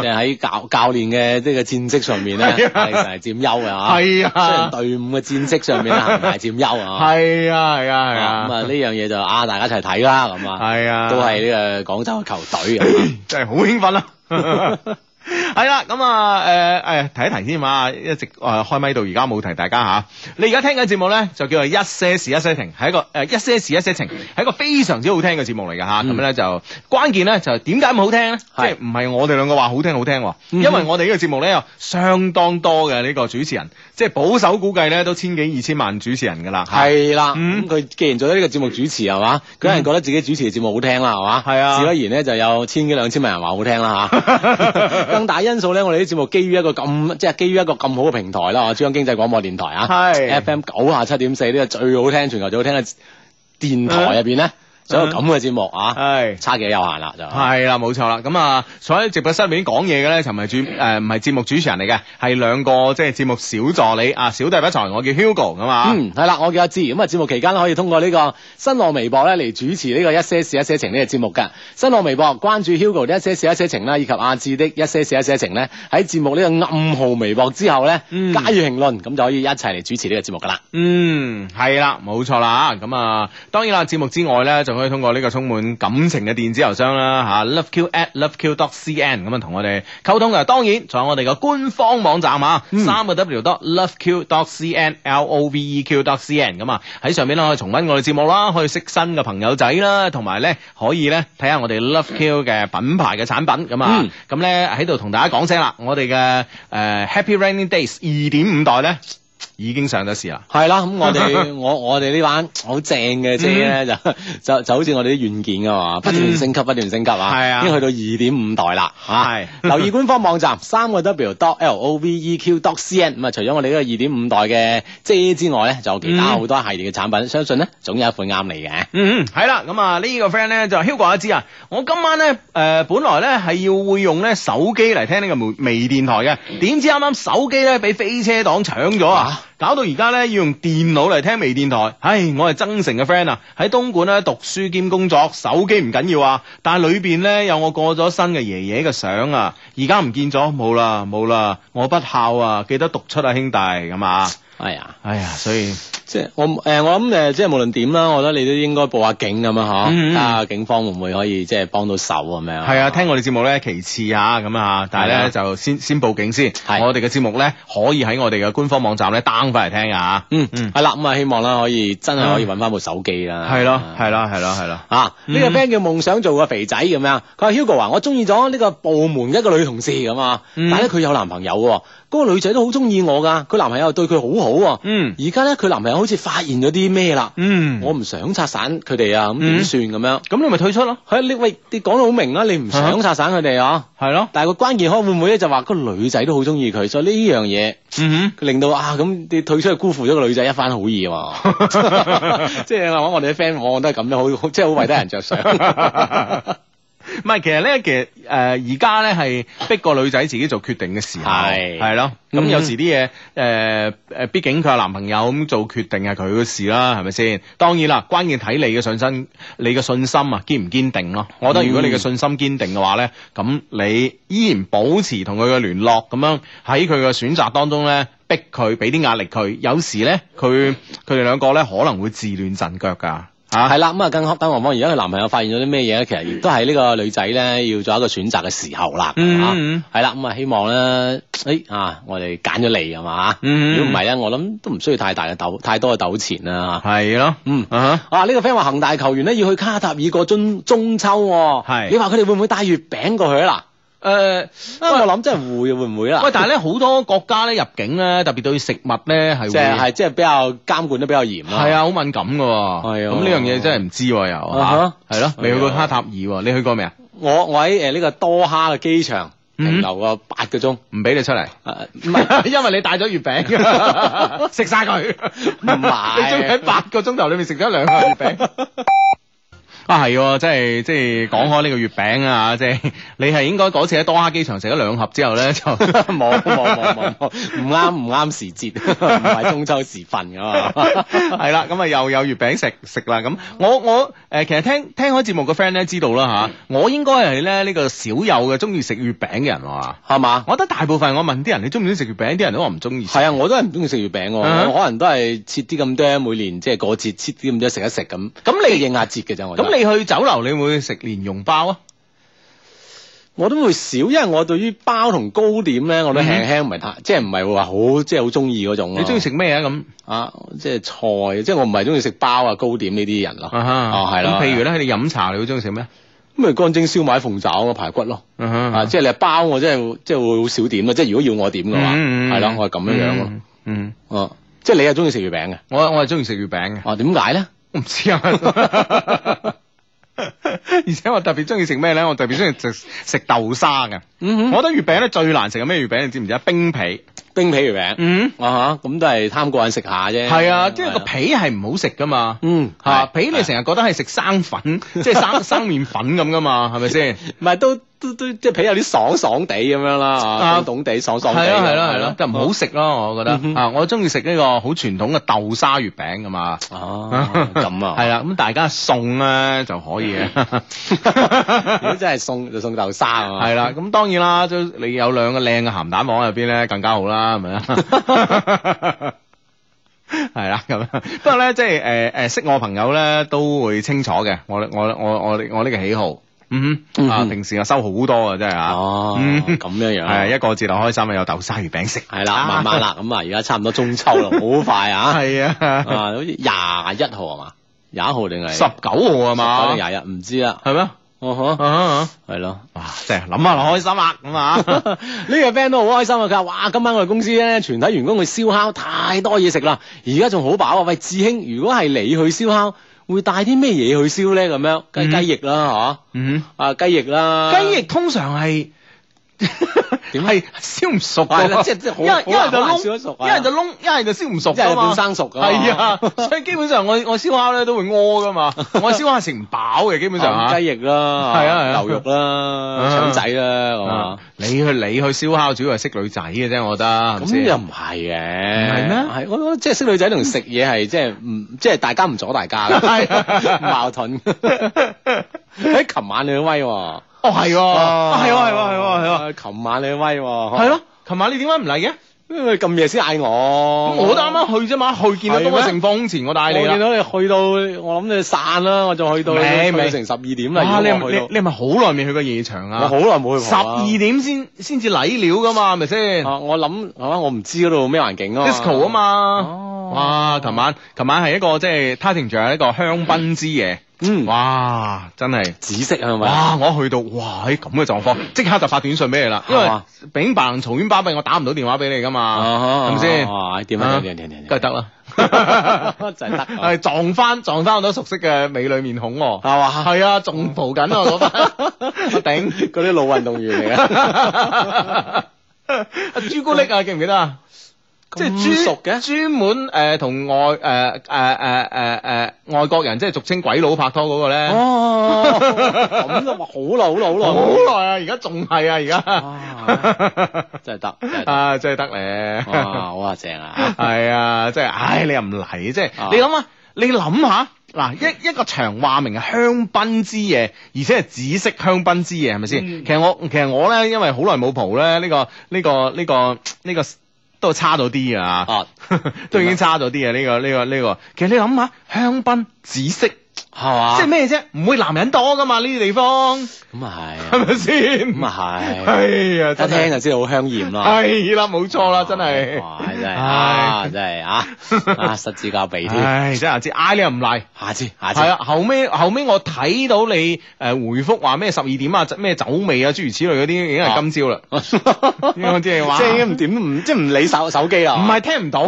C: 係喺教教練嘅即係個戰績上面咧，
A: 係啊
C: 係就係佔優嘅
A: 哈 [LAUGHS]
C: 嚇。
A: 係
C: 雖然
A: 啊，
C: 隊伍嘅戰績上面咧，恒大佔優
A: [LAUGHS]
C: 啊。
A: 係啊，係啊，係
C: 咁啊，
A: 啊，
C: 呢樣嘢就啊，大家一齊睇啦，咁啊，
A: 係啊，
C: 都係呢個廣州嘅球
A: [COUGHS]
C: 隊咁啊。
A: 真係好興奮
C: [LAUGHS]
A: 啊！係啦，咁啊，誒、誒，提一提先啊，一直誒、開咪到而家冇提大家嚇、你而家聽緊節目咧，就叫做一些事一些情，係一個誒、一些事一些情，係一個非常之好聽嘅節目嚟㗎嚇。咁咧、就關鍵咧就係點解咁好聽咧？即
C: 嗯係
A: 係唔係我哋兩個話好聽好聽喎？
C: 嗯哼
A: 因為我哋呢個節目咧有相當多嘅呢個主持人，即係保守估計咧都千幾二千萬主持人㗎啦。嚇
C: 係啦，咁
A: 嗯
C: 佢既然做咗呢個節目主持係嘛，佢人覺得自己主持嘅節目好聽啦係嘛，
A: 係啊
C: 自不然咧就有千幾兩千萬人話好聽啦
A: [LAUGHS]
C: 嚇。更大因素咧，我哋啲節目基於一個咁即係基於一個咁好嘅平台啦，啊珠江經濟廣播電台啊。
A: 係嗯
C: FM 九啊七點四呢個最好聽、全球最好聽嘅電台入邊咧，所有咁嘅節目啊，
A: 系。
C: 差幾有限啦就。
A: 系啦，冇錯啦。咁啊，所以直播室入面講嘢嘅咧，就唔係主呃誒唔係節目主持人嚟嘅，係兩個即係節目小助理啊，小弟不才，我叫 Hugo 咁啊。
C: 嗯，係啦，我叫阿志，咁啊節目期間咧可以通過呢個新浪微博咧嚟主持呢個一些事一些情呢個節目嘅。新浪微博關注 Hugo 的一些事一些情啦，以及阿志的一些事一些情咧，喺節目呢個暗號微博之後咧、
A: 嗯
C: 加以評論，咁就可以一齊嚟主持呢個節目噶啦。
A: 嗯，係啦，冇錯啦。咁啊，當然啦，節目之外咧，就可以通過呢個充滿感情嘅電子郵箱啦，吓、loveq at loveq dot cn 咁啊，同我哋溝通嘅。當然，仲有我哋嘅官方網站啊，三個 w dot loveq dot cn l o v e q dot cn 咁啊，喺上面咧可以重温我哋節目啦，可以識新嘅朋友仔啦，同埋咧可以咧睇下我哋 loveq 嘅品牌嘅產品咁啊
C: 嗯。
A: 咁咧喺度同大家講聲啦，我哋嘅誒 Happy Raining Days 二點五代咧已經上咗市啦。
C: 係啦，咁我
A: [LAUGHS]
C: 哋我我哋呢班好正嘅車
A: 嗯
C: 咧，就就就好似我哋啲軟件啊嘛，不斷升級，不斷升級啊，
A: 係啊
C: 已經去到二點五代啦，
A: 係
C: 嚇 [LAUGHS] 留意官方網站三個 W dot L O V E Q dot C N，咁啊，除咗我哋呢個二點五代嘅遮之外咧，仲有其他
A: 嗯
C: 好多系列嘅產品，相信咧總有一款啱你嘅。
A: 嗯，系啦，咁啊呢個 friend 咧就話 Hugo 阿芝啊，我今晚咧誒、呃本來咧係要會用咧手機嚟聽呢個微微電台嘅，點知啱啱手機咧俾飛車黨搶咗啊
C: 啊！
A: 搞到而家咧要用電腦嚟聽微電台，唉，我係增城嘅 friend 啊，喺東莞咧讀書兼工作，手機唔緊要啊，但係裏邊咧有我過咗身嘅爺爺嘅相啊，而家唔見咗，冇啦冇啦，我不孝啊，記得讀出啊兄弟咁啊，
C: 係啊，
A: 哎呀，所以
C: 即係我誒、我諗誒、即係無論點啦，我覺得你都應該報下警咁樣啊嗬，
A: 嗯嗯
C: 睇下警方會唔會可以即係幫到手咁樣。
A: 係啊，聽我哋節目咧其次啊，咁啊，但係
C: 係
A: 咧
C: 啊
A: 就先先報警先。
C: 係
A: 我哋嘅節目咧可以喺我哋嘅官方網站咧 down 翻嚟聽啊。
C: 嗯，
A: 嗯
C: 係啦，咁啊，希望啦，可以真係可以揾翻部手機啦。
A: 係咯，係咯，係咯，係咯。
C: 啊，呢個
A: 嗯
C: friend 叫夢想做個肥仔咁樣，佢話 Hugo 啊，我中意咗呢個部門嘅一個女同事咁啊，
A: 嗯
C: 但係咧佢有男朋友喎，嗰個女仔都好中意我㗎，佢男朋友對佢好好喎，
A: 嗯
C: 而家咧佢男朋友好似發現咗啲咩啦，
A: 嗯，
C: 我唔想拆散佢哋啊，咁點算咁樣？
A: 咁你咪退出咯。
C: 係你喂，你講得好明啦，啊你唔想拆散佢哋啊，
A: 係咯，
C: 但係個關鍵可能會唔會咧就話個女仔都好中意佢，所以呢樣嘢。
A: 嗯
C: 佢令到啊咁你退出去辜負咗個女仔一番好意 [LAUGHS] 喎，即係我我哋啲 friend 往往都係咁樣，好 [LAUGHS] 好即係好為得人着想。
A: 哼。 [LAUGHS] 唔係，其實咧，其實誒而家咧係逼個女仔自己做決定嘅時候，
C: 係
A: 係咯。咁
C: 嗯
A: 有時啲嘢誒誒，畢竟佢有男朋友咁做決定係佢嘅事啦，係咪先？當然啦，關鍵睇你嘅信心，你嘅信心啊堅唔堅定咯。我覺得如果你嘅信心堅定嘅話咧，咁你依然保持同佢嘅聯絡，咁樣喺佢嘅選擇當中咧。逼佢俾啲壓力佢，有時咧佢佢哋兩個咧可能會自亂陣腳㗎嚇。
C: 係啦，咁啊，更何更何況而家佢男朋友發現咗啲咩嘢咧？其實亦都係呢個女仔咧要做一個選擇嘅時候啦。
A: 嗯
C: 啊
A: 嗯
C: 係啦，咁啊，希望咧，誒啊，我哋揀咗你係嘛？啊
A: 嗯嗯
C: 如果唔係咧，我諗都唔需要太大嘅鬥，太多嘅糾纏啦。
A: 係咯，
C: 嗯
A: 啊
C: 啊！呢、個 friend 話恒大球員咧要去卡塔爾過中中秋喎、
A: 係
C: 你話佢哋會唔會帶月餅過去啊？
A: 哈，誒。
C: 嗱，啊我諗真係會，會唔會啊？
A: 呃喂，但係咧好多國家咧入境咧，特別對食物咧係會
C: 即係係即係比較監管得比較嚴啦。
A: 係啊，好敏感㗎喎。
C: 係啊
A: 咁呢樣嘢真係唔知喎又
C: 啊
A: 嚇，係咯，未去過
C: 係啊
A: 卡塔爾喎，你去過未啊？
C: 我我喺呃誒呢個多哈嘅機場停
A: 嗯
C: 留過八個鐘，
A: 唔俾你出 [LAUGHS] 嚟，
C: [LAUGHS] 誒啊唔係
A: 因為你帶咗月 [LAUGHS] 餅，食晒佢。唔
C: 係
A: 你仲喺八個鐘頭裏面食咗兩個月餅。 [LAUGHS] 啊，係喎，即係即係講開呢個月餅啊，即係你係應該嗰次喺多哈機場食咗兩盒之後咧，就
C: 冇冇冇冇冇，唔啱唔啱時節，唔係中秋時分㗎嘛。
A: 係啦，咁啊又有月餅食食啦。咁我我誒、呃其實聽聽開節目嘅 friend 咧知道啦吓，
C: 嗯
A: 我應該係咧呢個少有嘅中意食月餅嘅人喎。
C: 係嘛？
A: 我覺得大部分我問啲人你中唔中意食月餅，啲人都話唔中意食。
C: 係啊，我都係唔中意食月餅喎，
A: 嗯
C: 我可能都係切啲咁多，每年即係過節切啲咁多食一食咁。咁你應下節嘅啫，我覺得
A: 咁你去酒樓你會食蓮蓉包啊？
C: 我都會少，因為我對於包同糕點咧，我都輕輕唔係太，即係唔係話好即係好中意嗰種咯
A: 你中意食咩啊？咁
C: 啊，即係菜，即係我唔係中意食包啊糕點呢啲人咯。
A: 啊哈
C: 哦係啦
A: 咁譬如咧，你飲茶你會中意食咩？
C: 咁咪乾蒸燒賣、鳳爪啊、排骨咯。
A: 啊哈
C: 啊，即係你包我真係即係會好少點啊咯。即係如果要我點嘅話，
A: 嗯嗯
C: 係咯，我係咁樣樣咯。
A: 嗯嗯，
C: 哦，即係你係中意食月餅嘅。
A: 我我係中意食月餅嘅。
C: 哦，點解咧？
A: 我唔知啊。 [LAUGHS] 而且我特別中意食咩咧？我特別中意食食豆沙嘅。
C: 嗯
A: 我覺得月餅咧最難食嘅咩月餅，你知唔知啊？冰皮
C: 冰皮月餅
A: 嗯，
C: 啊嚇，咁都係貪過癮食下啫。
A: 係啊，即係個
C: 係啊
A: 皮係唔好食噶嘛。
C: 嗯
A: 吓
C: 係
A: 皮你成日覺得係食生 [LAUGHS] 粉，即係生生面粉咁噶嘛，係咪先？
C: 唔係都都都即係皮有啲爽爽地咁樣啦，啊，凍凍地爽爽地。
A: 係咯係咯係咯，就唔好食咯，我覺
C: 嗯哼
A: 得啊，我中意食呢個好傳統嘅豆沙月餅噶嘛。 [LAUGHS]
C: 哦，咁啊，
A: 係啦，咁大家送咧就可以啊 [LAUGHS] 嘅。
C: 如果真係送就送豆沙
A: [LAUGHS]
C: 啊，
A: 係啦，咁當然啦，都你有兩個靚嘅鹹蛋黃喺入邊咧，更加好啦，係咪啊？係啦，咁樣不過咧，即係誒誒，識我朋友咧都會清楚嘅，我我我我我呢個喜好，嗯哼啊，
C: 嗯哼
A: 平時我收好多啊，真係啊，
C: 哦，
A: 嗯
C: 咁樣樣。
A: 係一個節日開心啊，有豆沙月餅食，
C: 係啦，慢慢啦，咁啊，而家差唔多中秋
A: [LAUGHS]
C: 啦，好快啊！
A: 係
C: 啊，
A: 啊，
C: 好似廿一號係嘛？廿一號定係
A: 十九號啊嘛，
C: 定廿一？唔知啦。
A: 係咩？
C: 哦
A: 啊
C: 呵，
A: 啊啊
C: 係咯。 [LAUGHS]
A: 哇，真係諗下就開心啦，咁啊。
C: 呢個 friend 都好開心啊！佢話：哇，今晚我哋公司咧全體員工去燒烤，太多嘢食啦，而家仲好飽啊！喂，志兄，如果係你去燒烤，會帶啲咩嘢去燒咧？咁樣，梗
A: 嗯
C: 係雞翼啦，
A: 嗯
C: 嚇啊，雞翼啦，
A: 哼，雞翼通常 [LAUGHS] 係
C: 點啊
A: 係燒唔熟
C: 係啦
A: 㗎，
C: 即係即係好
A: 一係一係就
C: 好難
A: 燶，
C: 燒得熟啊
A: 一係就燶，一係就燒唔熟
C: 即係
A: 㗎嘛
C: 半。生熟㗎嘛
A: 係啊，所以基本上我我燒烤咧都會屙噶 [LAUGHS] 嘛，我燒烤係食唔飽嘅，基本上
C: 啊
A: 嚇
C: 雞翼啦，
A: 係啊係啊
C: 牛肉啦，腸仔啦，係嘛
A: 啊。你去你去燒烤主要係識女仔嘅啫，我覺得係咪
C: 咁
A: 先
C: 又啊唔係嘅，
A: 係咩
C: 係我覺得即係識女仔同食嘢 [LAUGHS] 係即係唔即係大家唔阻大 [LAUGHS] 家啦，唔矛盾。 [LAUGHS] 喺琴晚你去威
A: [LAUGHS]
C: 喎，
A: 哦哦係喎，啊係喎係喎係喎係喎，
C: 喎，琴晚你去威喎，
A: 係咯，琴晚你點解唔嚟嘅？
C: 因為咁夜先嗌我，
A: 我都啱啱去啫嘛，去見到
C: 係
A: 東
C: 咩
A: 方盛況哦前我帶
C: 我
A: 你
C: 見
A: 啦。
C: 到你去到，我諗你散啦，我仲去到
A: 未
C: 去到
A: 未
C: 成十二點
A: 哇！
C: 啦，
A: 啊你係
C: 已經
A: 咪
C: 我去
A: 你
C: 到
A: 你係咪好耐未去過夜場
C: 我
A: 啊？哦
C: 好耐冇去蒲
A: 十
C: 啦
A: 二點先先至嚟料噶嘛，係咪先
C: 啊，我諗係嘛，我唔知嗰度咩環境啊
A: ？disco 啊嘛，
C: 哦
A: 哇！琴晚琴晚係一個即係 t i t 仲有一個香檳之夜，
C: 嗯，
A: 哇！真係。
C: 紫色啊係咪？
A: 哇！我去到哇喺咁嘅狀況，即刻就發短信俾你啦，因
C: 係
A: 為
C: 嘛
A: 丙白嘈冤巴閉，我打唔到電話俾你噶
C: 哦
A: 嘛，係咪先？
C: 哇！點啊點啊點啊點啊
A: 梗係得啦，
C: 就係得啊
A: [LAUGHS] 係撞翻撞翻好多熟悉嘅美女面孔喎，
C: 係嘛？
A: 係啊，仲蒲緊啊嗰班，
C: [LAUGHS]
A: 我頂。
C: [LAUGHS] 嗰啲老運動員嚟嘅，
A: 啊 [LAUGHS] 朱古力啊，記唔記得啊？即係專
C: 熟嘅，
A: 專門誒同外呃誒誒誒誒誒呃外國人，即係俗稱鬼佬拍拖嗰個咧，
C: 哦，咁就話好耐好耐
A: 好
C: 好
A: 耐啊，而家仲係啊，而家
C: 耐，真係 [LAUGHS] 得，真係得，
A: [LAUGHS] 啊，真係得咧，
C: 哇，好啊正 [LAUGHS] 啊，
A: 係啊，即係，唉，你又唔嚟，即係
C: 啊
A: 你諗啊，你諗下。嗱，一一個長話明係香檳之夜，而且係紫色香檳之夜，係咪先？
C: 嗯
A: 其實我其實我咧，因為好耐冇蒲咧，呢、個呢、個呢、個呢、個都差咗啲啊。
C: 啊
A: 都已經差咗啲啊！呢、個呢、個呢、個，其實你諗下，香檳紫色，即
C: 係嘛，
A: 係咩啫？唔會男人多噶嘛？呢啲地方
C: 咁啊
A: 係
C: 係，
A: 咪先？
C: 咁啊
A: 係啊，
C: 係，
A: 真
C: 一聽
A: 係
C: 就知道好香豔 [LAUGHS] 啦。
A: 係啦，冇錯啦，真係。
C: 哇！真係啊，
A: 唉
C: 真係 [LAUGHS] 啊，啊失之交臂添，
A: 唉，真係下次嗌你又唔嚟，
C: 下次下次 [LAUGHS]
A: 係，啊，後尾後尾我睇到你誒呃回覆話咩十二點啊，咩酒味啊，諸如此類嗰啲，已經係今朝啦。我知你話
C: 即係啊唔點唔即係唔理手手機啦，
A: 唔係聽唔
C: [LAUGHS]
A: 到，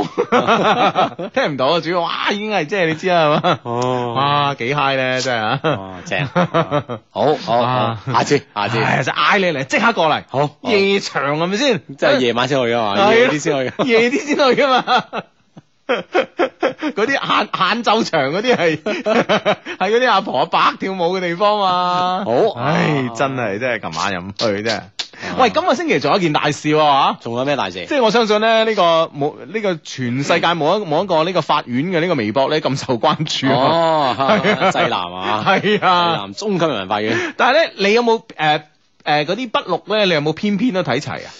A: 聽唔到啊！主要哇，已經係即係你知啦，係嘛？
C: 哦
A: 哇，幾 high 咧，真係 [LAUGHS] 啊！
C: 哦正，好好好
A: 啊，
C: 下次下次，
A: 係就嗌你嚟，即刻過嚟。
C: 好好
A: 夜場係咪先？
C: 即係夜晚先去啊嘛，
A: 係
C: 夜
A: 啊
C: 啲先去㗎。
A: [LAUGHS] 夜啲先去噶嘛。 [LAUGHS] 嗰啲晏晏晝場嗰啲係係嗰啲阿婆阿伯跳舞嘅地方嘛。
C: 好
A: 唉，真係真係琴晚又唔去真係。喂，今個星期仲有一件大事喎嚇
C: 仲有咩 [LAUGHS] 大事？
A: 即係我相信咧，呢、個冇呢、個全世界冇一冇一個呢個法院嘅呢個微博咧咁受關注啊。
C: [LAUGHS] 哦，
A: 啊
C: 濟南
A: [LAUGHS]
C: 啊，
A: 係
C: 濟
A: 啊，
C: 南中級人民法院，
A: 但係咧，你有冇誒誒嗰啲筆錄咧？你有冇篇篇都睇齊啊？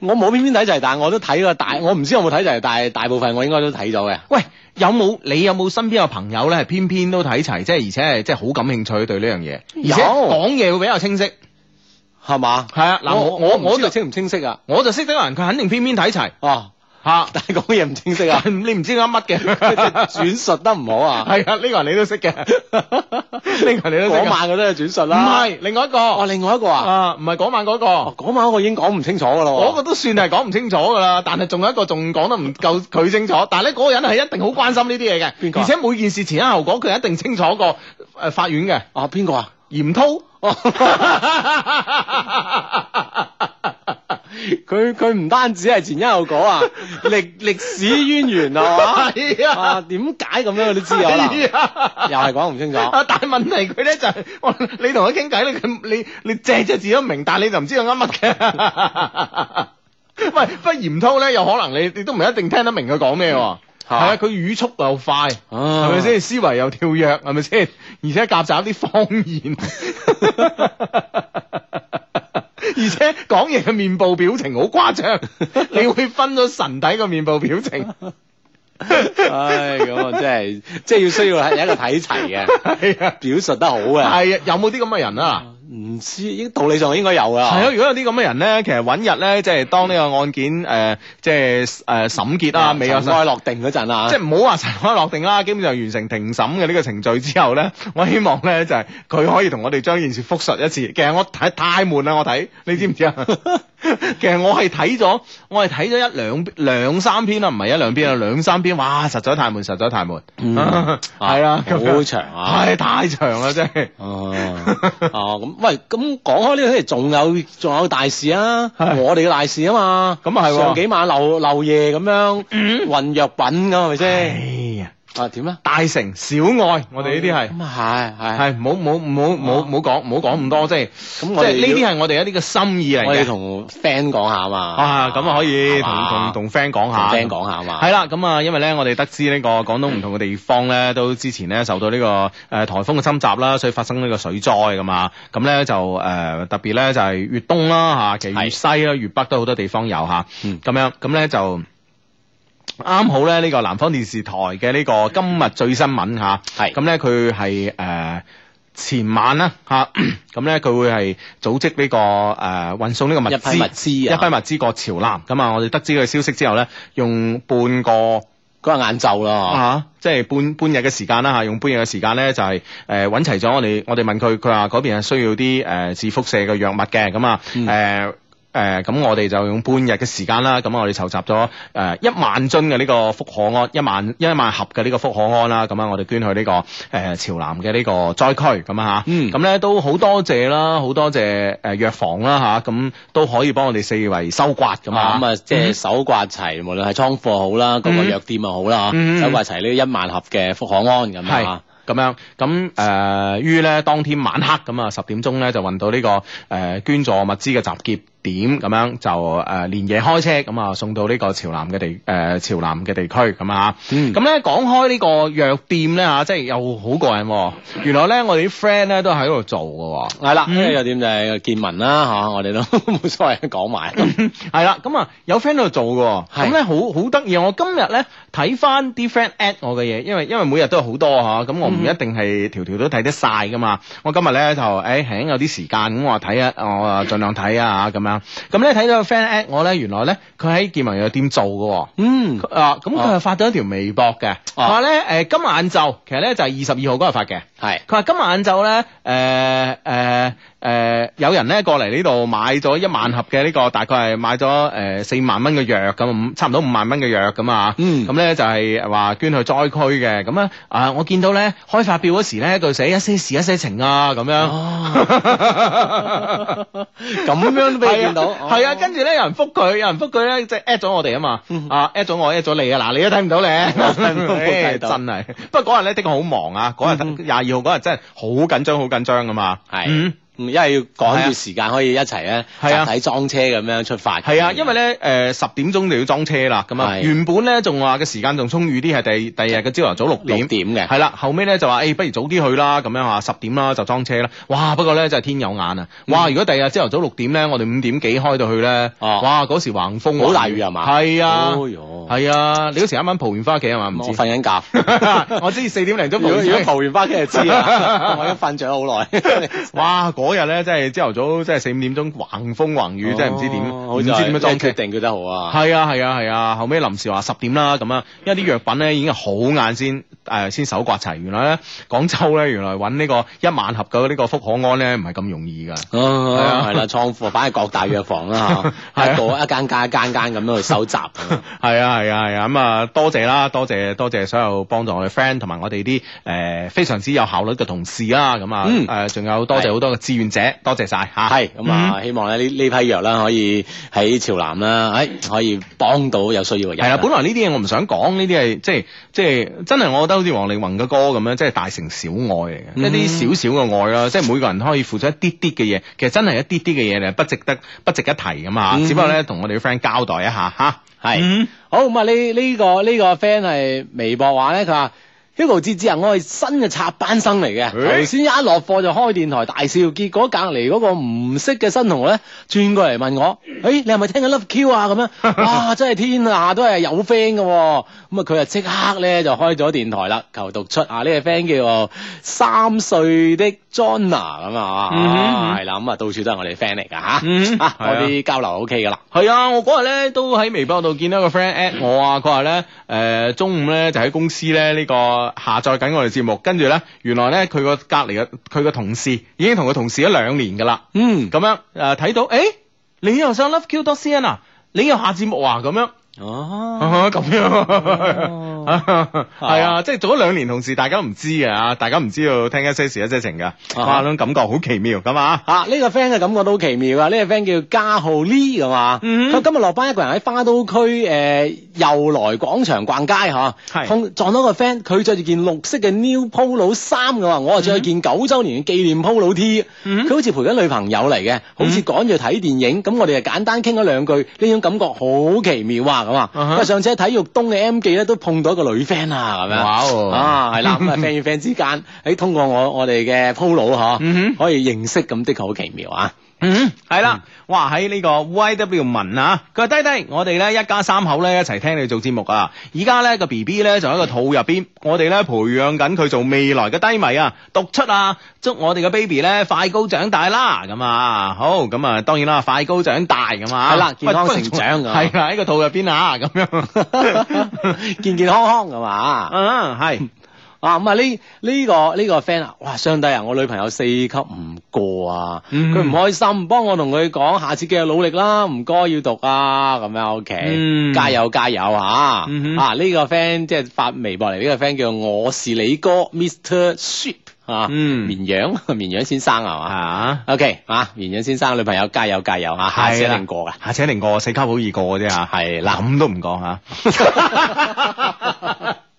C: 我冇偏偏睇就係，但係我都睇過大，我唔知有冇睇就係，但係大部分我應該都睇咗嘅。
A: 喂，有冇你有冇身邊有朋友咧係篇篇都睇齊，即係而且係即係好感興趣對呢樣嘢，而
C: 有
A: 且講嘢會比較清晰。係
C: 係嘛？
A: 啊，嗱我我我
C: 唔知
A: 就
C: 道清唔清晰啊？
A: 我就識得有人，佢肯定篇篇睇齊
C: 哦，
A: 吓，，
C: [LAUGHS] 但係講嘢唔清晰 [LAUGHS] 啊
A: [LAUGHS] 你唔知佢
C: [LAUGHS]
A: 噏乜嘅。
C: 轉述得唔好
A: [LAUGHS]
C: 啊？
A: 係啊，呢個人你都識 [LAUGHS] 嘅，呢個人你都識
C: [LAUGHS] 嗰
A: 嘅。
C: 晚我都係轉述
A: 唔
C: 啦。，
A: 係另外一個
C: 哦，另外一個啊，
A: 啊，唔係嗰晚嗰個
C: 哦。嗰晚我已經講唔清楚噶啦
A: 嗰
C: 喎。
A: 個都算係講唔清楚㗎啦，但係仲有一個仲講得唔夠佢清楚，但係咧嗰個人係一定好關心呢啲嘢嘅，
C: 邊個
A: 而
C: 啊
A: 且每件事前因後果佢一定清楚過誒法院嘅。
C: 哦，邊
A: [LAUGHS]
C: 個啊？
A: 嚴濤，
C: 佢佢唔單止係前因後果 [LAUGHS] 啊，歷歷史淵源啊，
A: 係啊
C: [LAUGHS] 啊點解咁樣我都
A: [LAUGHS]
C: 知啊， [LAUGHS] 可能又係講唔 [LAUGHS] 清楚。
A: 啊！但係問題佢咧就係、我你同佢傾偈咧，佢你你隻隻字都明，但係你就唔知佢噏乜嘅。 [LAUGHS] 喂，不過嚴滔咧，有可能你你都唔一定聽得明佢講咩喎。係啊，佢語速又快，
C: 啊
A: 係咪先？思維又跳躍，係咪先？而且夾雜啲方言， [LAUGHS] 而且講嘢嘅面部表情好誇張，你會分到神底個面部表情。
C: 唉，咁啊，真係即係要需要係一個睇齊 [LAUGHS] 嘅，
A: 係啊，
C: 表述得好嘅。
A: 係啊，有冇啲咁嘅人啊？
C: 唔知應道理上應該有啊。
A: 係咯，如果有啲咁嘅人咧，其實揾日咧，即係當呢個案件誒、呃即係誒、呃、審結啦，未有
C: 塵埃落定嗰陣啊，
A: 即係唔好話塵埃落定啦，基本上完成庭審嘅呢 [LAUGHS] 個程序之後咧，我希望咧就係、佢可以同我哋將件事復述一次。其實我睇太悶啦，我睇你知唔知啊？ [LAUGHS] 其實我係睇咗，我係睇咗一兩兩三篇啦，唔係一兩篇啊，兩三篇，哇！實在太悶，實在太悶，
C: 嗯
A: [LAUGHS] 係啦，咁樣
C: 好長啊。
A: 係太長啦，真
C: [LAUGHS]
A: 係。
C: 哦，哦，咁喂，咁講開呢個，仲有仲有大事啊！
A: 係
C: 我哋嘅大事啊嘛，
A: 咁啊係喎
C: 上幾晚漏漏夜咁樣運藥品咁係咪先？
A: 哎呀，
C: 啊點啊？
A: 大城小愛，我哋呢啲係。
C: 咁啊係係，
A: 係唔好唔好唔好唔好唔好講唔好講咁多，即係
C: 咁
A: 即
C: 我哋
A: 係呢啲係我哋一啲嘅心意嚟
C: 我哋
A: 嘅。
C: 同 friend 講下嘛。
A: 啊，咁啊可以
C: 係
A: 同
C: 嘛
A: 同同 friend 講
C: 同
A: 下
C: friend 講下嘛。
A: 係啦，咁啊，因為咧，我哋得知呢個廣東唔同嘅地方咧，都之前咧受到呢個誒颱風嘅侵襲啦，所以發生呢個水災咁啊。咁咧就誒特別咧就係粵東啦嚇，其實粵西啦、粵北都好多地方有嚇。
C: 嗯
A: 咁樣咁咧就。啱好咧，呢個南方電視台嘅呢個今日最新聞嚇，
C: 係
A: 咁咧佢係誒前晚啦嚇， [CLEARS THROAT] 咁咧佢會係組織呢、個誒、運送呢個物
C: 一
A: 資，
C: 批物資啊
A: 一批物資過潮南。咁啊，我哋得知佢消息之後咧，用半個
C: 嗰日晏晝啦，
A: 啊，即係半半日嘅時間啦嚇，用半日嘅時間咧就係誒揾齊咗我哋，我哋問佢，佢話嗰邊係需要啲誒、呃自輻射嘅藥物嘅，咁啊誒。
C: 嗯
A: 誒咁、我哋就用半日嘅時間啦，咁我哋籌集咗誒一萬樽嘅呢個福可安，一萬一萬盒嘅呢個福可安啦，咁啊我哋捐去呢、個誒、呃潮南嘅呢個災區咁啊嚇，
C: 嗯
A: 咁咧都好多謝啦，好多謝誒藥房啦嚇，咁、都可以幫我哋四圍收刮咁
C: 咁啊
A: 啊，
C: 咁啊，即係手刮齊，無論係倉庫好啦，各個
A: 嗯
C: 藥店又好啦，
A: 嗯
C: 手刮齊呢一萬盒嘅福可安咁
A: 係
C: 啊。
A: 咁樣，咁誒、呃於咧當天晚黑咁啊十點鐘咧就運到呢、個誒、呃捐助物資嘅集結點，咁樣就誒、呃連夜開車咁啊送到呢個潮南嘅地誒、呃潮南嘅地區咁啊。
C: 嗯
A: 咁咧講開呢個藥店咧嚇，即係又好過癮喎、原來咧我哋啲 friend 咧都喺度做嘅喎、
C: 係啦，
A: 嗯
C: 呢個點就係見聞啦嚇，我哋都 [LAUGHS] 冇所謂講埋。
A: [COUGHS] 嗯係啦，咁啊有 friend 喺度做嘅喎，
C: 係
A: 咁咧好好得意啊。我今日咧睇翻啲 friend at 我嘅嘢，因為因為每日都有好多嚇，咁我唔一定係條條都睇得晒噶嘛。我今日咧就誒輕有啲時間，咁我睇啊，我啊盡量睇啊咁樣。咁咧睇到個 friend at 我咧，原來咧佢喺健民藥店做嘅喎。哦
C: 嗯
A: 啊，咁佢係發咗一條微博嘅，佢話咧誒今晚晏晝，其實咧就係二十二號嗰日發嘅。
C: 係
A: 佢話今晚晏晝咧，誒誒誒，呃有人咧過嚟呢度買咗一萬盒嘅呢、個，大概係買咗誒四萬蚊嘅藥咁，五差唔多五萬蚊嘅藥咁啊。
C: 嗯
A: 咁咧就係話捐去災區嘅。咁啊啊，我見到咧開發票嗰時咧，佢寫一些事一些情啊咁樣。
C: [LAUGHS] 咁樣都俾你見到，哦
A: 係啊，跟住咧有人覆佢，有人覆佢咧即係 at 咗我哋啊嘛，
C: 嗯
A: 啊 at 咗我 at 咗你啊，嗱你都睇唔到
C: [LAUGHS] 到
A: 咧，
C: 睇
A: 真
C: 到
A: 係。
C: 嗯
A: 不過嗰日咧的確好忙啊，嗰日廿二號嗰日真係好緊張，好緊張噶嘛。
C: 係
A: 嗯
C: 嗯因為要趕住時間可以一齊咧
A: 啊係啊
C: 集體裝車咁樣出發。
A: 係啊，因為咧誒十點鐘就要裝車啦，咁啊
C: 嗯係
A: 原本咧仲話嘅時間仲充裕啲，係第第二日嘅朝頭早六
C: 六
A: 點。
C: 點嘅，
A: 係啦，後尾咧就話，誒、哎不如早啲去啦，咁樣啊，十點啦就裝車啦。哇，不過咧真係天有眼啊！
C: 嗯
A: 哇，如果第二日朝頭早六點咧，我哋五點幾開到去咧，
C: 哦
A: 哇，嗰時橫風啊
C: 好大雨係嘛
A: 係啊，
C: 哦喲
A: 係啊，你嗰時啱啱蒲完花旗啊係嘛？唔
C: 我
A: 知，
C: 瞓緊覺。
A: 我知 [LAUGHS] 四點零鐘
C: 如
A: 蒲
C: 果
A: 完 [LAUGHS] 花旗。
C: 如果蒲完花旗就
A: [LAUGHS]
C: 知啦，我已經瞓咗好耐。
A: 哇！嗰日咧，真係朝頭早，真係四五點鐘，橫風橫雨，真係唔知點，
C: 哦好
A: 唔知點樣裝車
C: 決。定決得好啊！
A: 係啊係啊係啊，後尾臨時話十點啦咁啊，因為啲藥品咧已經係好晏先誒先手刮齊，原來咧廣州咧原來揾呢個一萬盒嘅呢個福可安咧唔係咁容易㗎。
C: 哦，
A: 係啊
C: 係
A: [LAUGHS]
C: 啦，倉庫擺喺各大藥房
A: 係
C: 啦，
A: 啊
C: 嚇一個一間間一間間咁樣去收集。
A: [LAUGHS] 係啊係係啊係啊，咁啊多謝啦，多謝多謝所有幫助我哋 friend 同埋我哋啲誒非常之有效率嘅同事啦，咁啊
C: 嗯
A: 誒仲有多謝好多嘅志願者，多謝晒嚇。
C: 係咁啊，
A: 嗯
C: 希望咧呢呢批藥啦，可以喺潮南啦，誒可以幫到有需要嘅人。啊
A: 係啦，本來呢啲嘢我唔想講，呢啲係即係即係真係，我覺得好似王力宏嘅歌咁樣，即係大城小愛嚟嘅，
C: 嗯
A: 一啲少少嘅愛啦，即係每個人可以付出一啲啲嘅嘢，其實真係一啲啲嘅嘢嚟，不值得不值一提咁嘛。
C: 嗯
A: 只不過咧，同我哋啲 friend 交代一下吓。
C: 係
A: 嗯
C: 好咁啊！呢呢個呢個 friend 係微博話咧，佢話 Hugo 芝芝啊，我係新嘅插班生嚟嘅，
A: 誒
C: 頭先一落課就開電台大笑，結果隔離嗰個唔識嘅新同學咧轉過嚟問我：，誒、你係咪聽緊 Love Q 啊？咁
A: [LAUGHS]
C: 樣，哇！真係天下都係有 friend 嘅喎，咁啊佢啊即刻咧就開咗電台啦，求讀出啊！呢、個 friend 叫做三歲的 Jonna 咁啊
A: 嗯哼嗯哼
C: 啊，係啦，咁啊到處都係我哋 friend 嚟㗎
A: 嗯
C: 嚇，啊
A: 係啊
C: 我啲交流 OK 㗎啦，
A: 係啊，我嗰日咧都喺微博度見到個 friend at 我啊，佢話咧誒中午咧就喺公司咧呢、個下載緊我哋節目，跟住咧原來咧佢個隔離嘅佢個同事已經同佢同事咗兩年㗎啦，
C: 嗯。
A: 咁樣誒睇、到誒、欸你又上 Love Q dot CN 啊，你又下節目啊咁樣。
C: 哦
A: 啊咁樣
C: 哦
A: 係啊，即係做咗兩年同事，大家都唔知嘅啊，大家唔知道聽一些事一些情嘅，哇，嗰種感覺好奇妙咁啊！
C: 啊！呢、個 friend 嘅感覺都好奇妙啊！呢、個 friend 叫加浩 Lee 噶嘛，
A: 嗯
C: 佢、今日落班一個人喺花都區誒、呃又來廣場逛街嚇
A: 係，
C: 碰撞到個 friend，佢着住件綠色嘅 New Polo 衫嘅話，我啊着件九週年嘅紀念 Polo T，佢、
A: 嗯
C: 好似陪緊女朋友嚟嘅，好似趕住睇電影，咁、我哋就簡單傾咗兩句，呢種感覺好奇妙啊咁啊！
A: 啊哈
C: 喂上次喺體育東嘅 M 記咧都碰到一個女 friend 啊咁樣，
A: 哇哦
C: 啊係啦，咁啊 friend 與 friend 之間喺通過我我哋嘅 Polo 嚇。
A: 嗯
C: 可以認識，咁的確好奇妙啊！ [LAUGHS]
A: 嗯，係啦，哇！喺呢個 YW 文啊，佢話低低，我哋咧一家三口咧一齊聽你做節目啊！而家咧個 B B 咧就喺個肚入邊，我哋咧培養緊佢做未來嘅低迷啊！讀出啊，祝我哋嘅 baby 咧快高長大啦！咁啊，好咁啊，當然啦，快高長大咁啊，
C: 係啦健康成長啊
A: 係啦，喺個肚入邊啊，咁樣 [LAUGHS]
C: [LAUGHS] 健健康康㗎嘛？
A: 嗯，係
C: 啊咁啊呢呢個呢、個 friend 啊，哇相低啊！我女朋友四級唔過啊，
A: 嗯
C: 佢唔、開心，幫我同佢講，下次繼續努力啦，唔該要讀啊，咁樣 OK，、
A: 嗯
C: 加油加油啊！
A: 嗯哼
C: 啊呢、個 friend 即係發微博嚟，呢、個 friend 叫我是你哥 Mr Sheep 啊，
A: 嗯
C: 綿羊 [LAUGHS] 綿羊先生係嘛
A: 啊。
C: ？OK 啊，綿羊先生女朋友加油加油啊，下次一定過㗎。
A: 下次一定過，四級好易過嘅啫
C: 啊
A: 嚇。係啦，咁都唔講嚇。 [LAUGHS]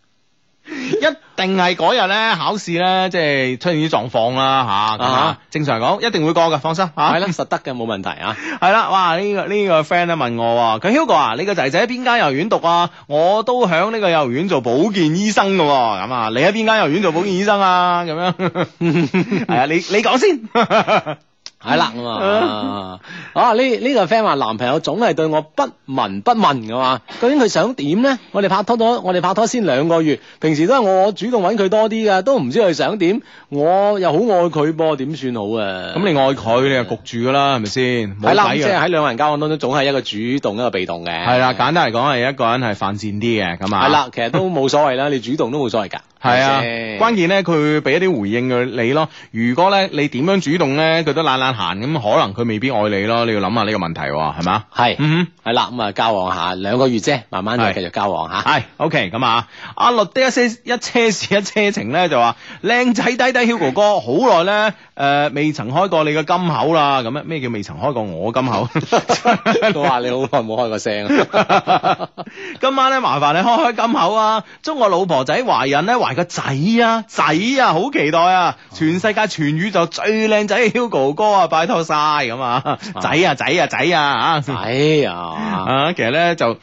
A: 一定係嗰日咧考試咧，即係出現啲狀況啦嚇。咁
C: 啊
A: 啊，正常嚟講一定會過嘅，放心嚇。
C: 係啦，實得嘅冇問題啊。
A: 係啦，哇！呢、個呢、個 friend 咧問我喎，佢 Hugo 啊，你個仔仔喺邊間幼兒園讀啊？我都響呢個幼兒園做保健醫生嘅喎，咁啊，你喺邊間幼兒園做保健醫生啊？咁樣
C: [LAUGHS]
A: 係啊，你你講先。
C: 係啦咁啊，啊呢呢個 friend 話男朋友總係對我不聞不問噶嘛，究竟佢想點咧？我哋拍拖咗，我哋拍拖先兩個月，平時都係我主動揾佢多啲噶，都唔知佢想點，我又好愛佢噃，點算好啊？
A: 咁你愛佢，你就焗住㗎啦，係咪先？冇
C: 係啦，咁
A: 計
C: 即
A: 㗎
C: 係喺兩個人交往當中，總係一個主動一個被動嘅。
A: 係啦，簡單嚟講係一個人係犯賤啲嘅咁啊。
C: 係，啦，其實都冇所謂啦，你主動都冇所謂㗎。
A: 係啊
C: 咪先，
A: 關鍵咧佢會俾一啲回應佢你咯。如果咧你點樣主動咧，佢都懶懶閒咁，可能佢未必愛你咯。你要諗下呢個問題喎，係嘛？
C: 係
A: 嗯
C: 係啦，咁啊交往下兩個月啫，慢慢
A: 係
C: 就繼續交往
A: 哼，
C: 下。
A: 係 OK 咁啊。阿律的一些一車事一車情咧就話，靚仔低低 Hugo 哥，好耐咧誒未曾開過你嘅金口啦。咁樣咩叫未曾開過我金
C: [LAUGHS]
A: 口？
C: 我話你好耐冇開過聲啊。
A: [LAUGHS] 今晚咧，麻煩你開開金口啊！祝我老婆仔懷孕咧，懷個仔啊，仔啊，好期待啊！全世界全宇宙最靚仔嘅 Hugo 哥啊，拜託晒咁啊！仔啊，仔啊，仔啊！啊，
C: 哎呀！
A: 啊，其實咧就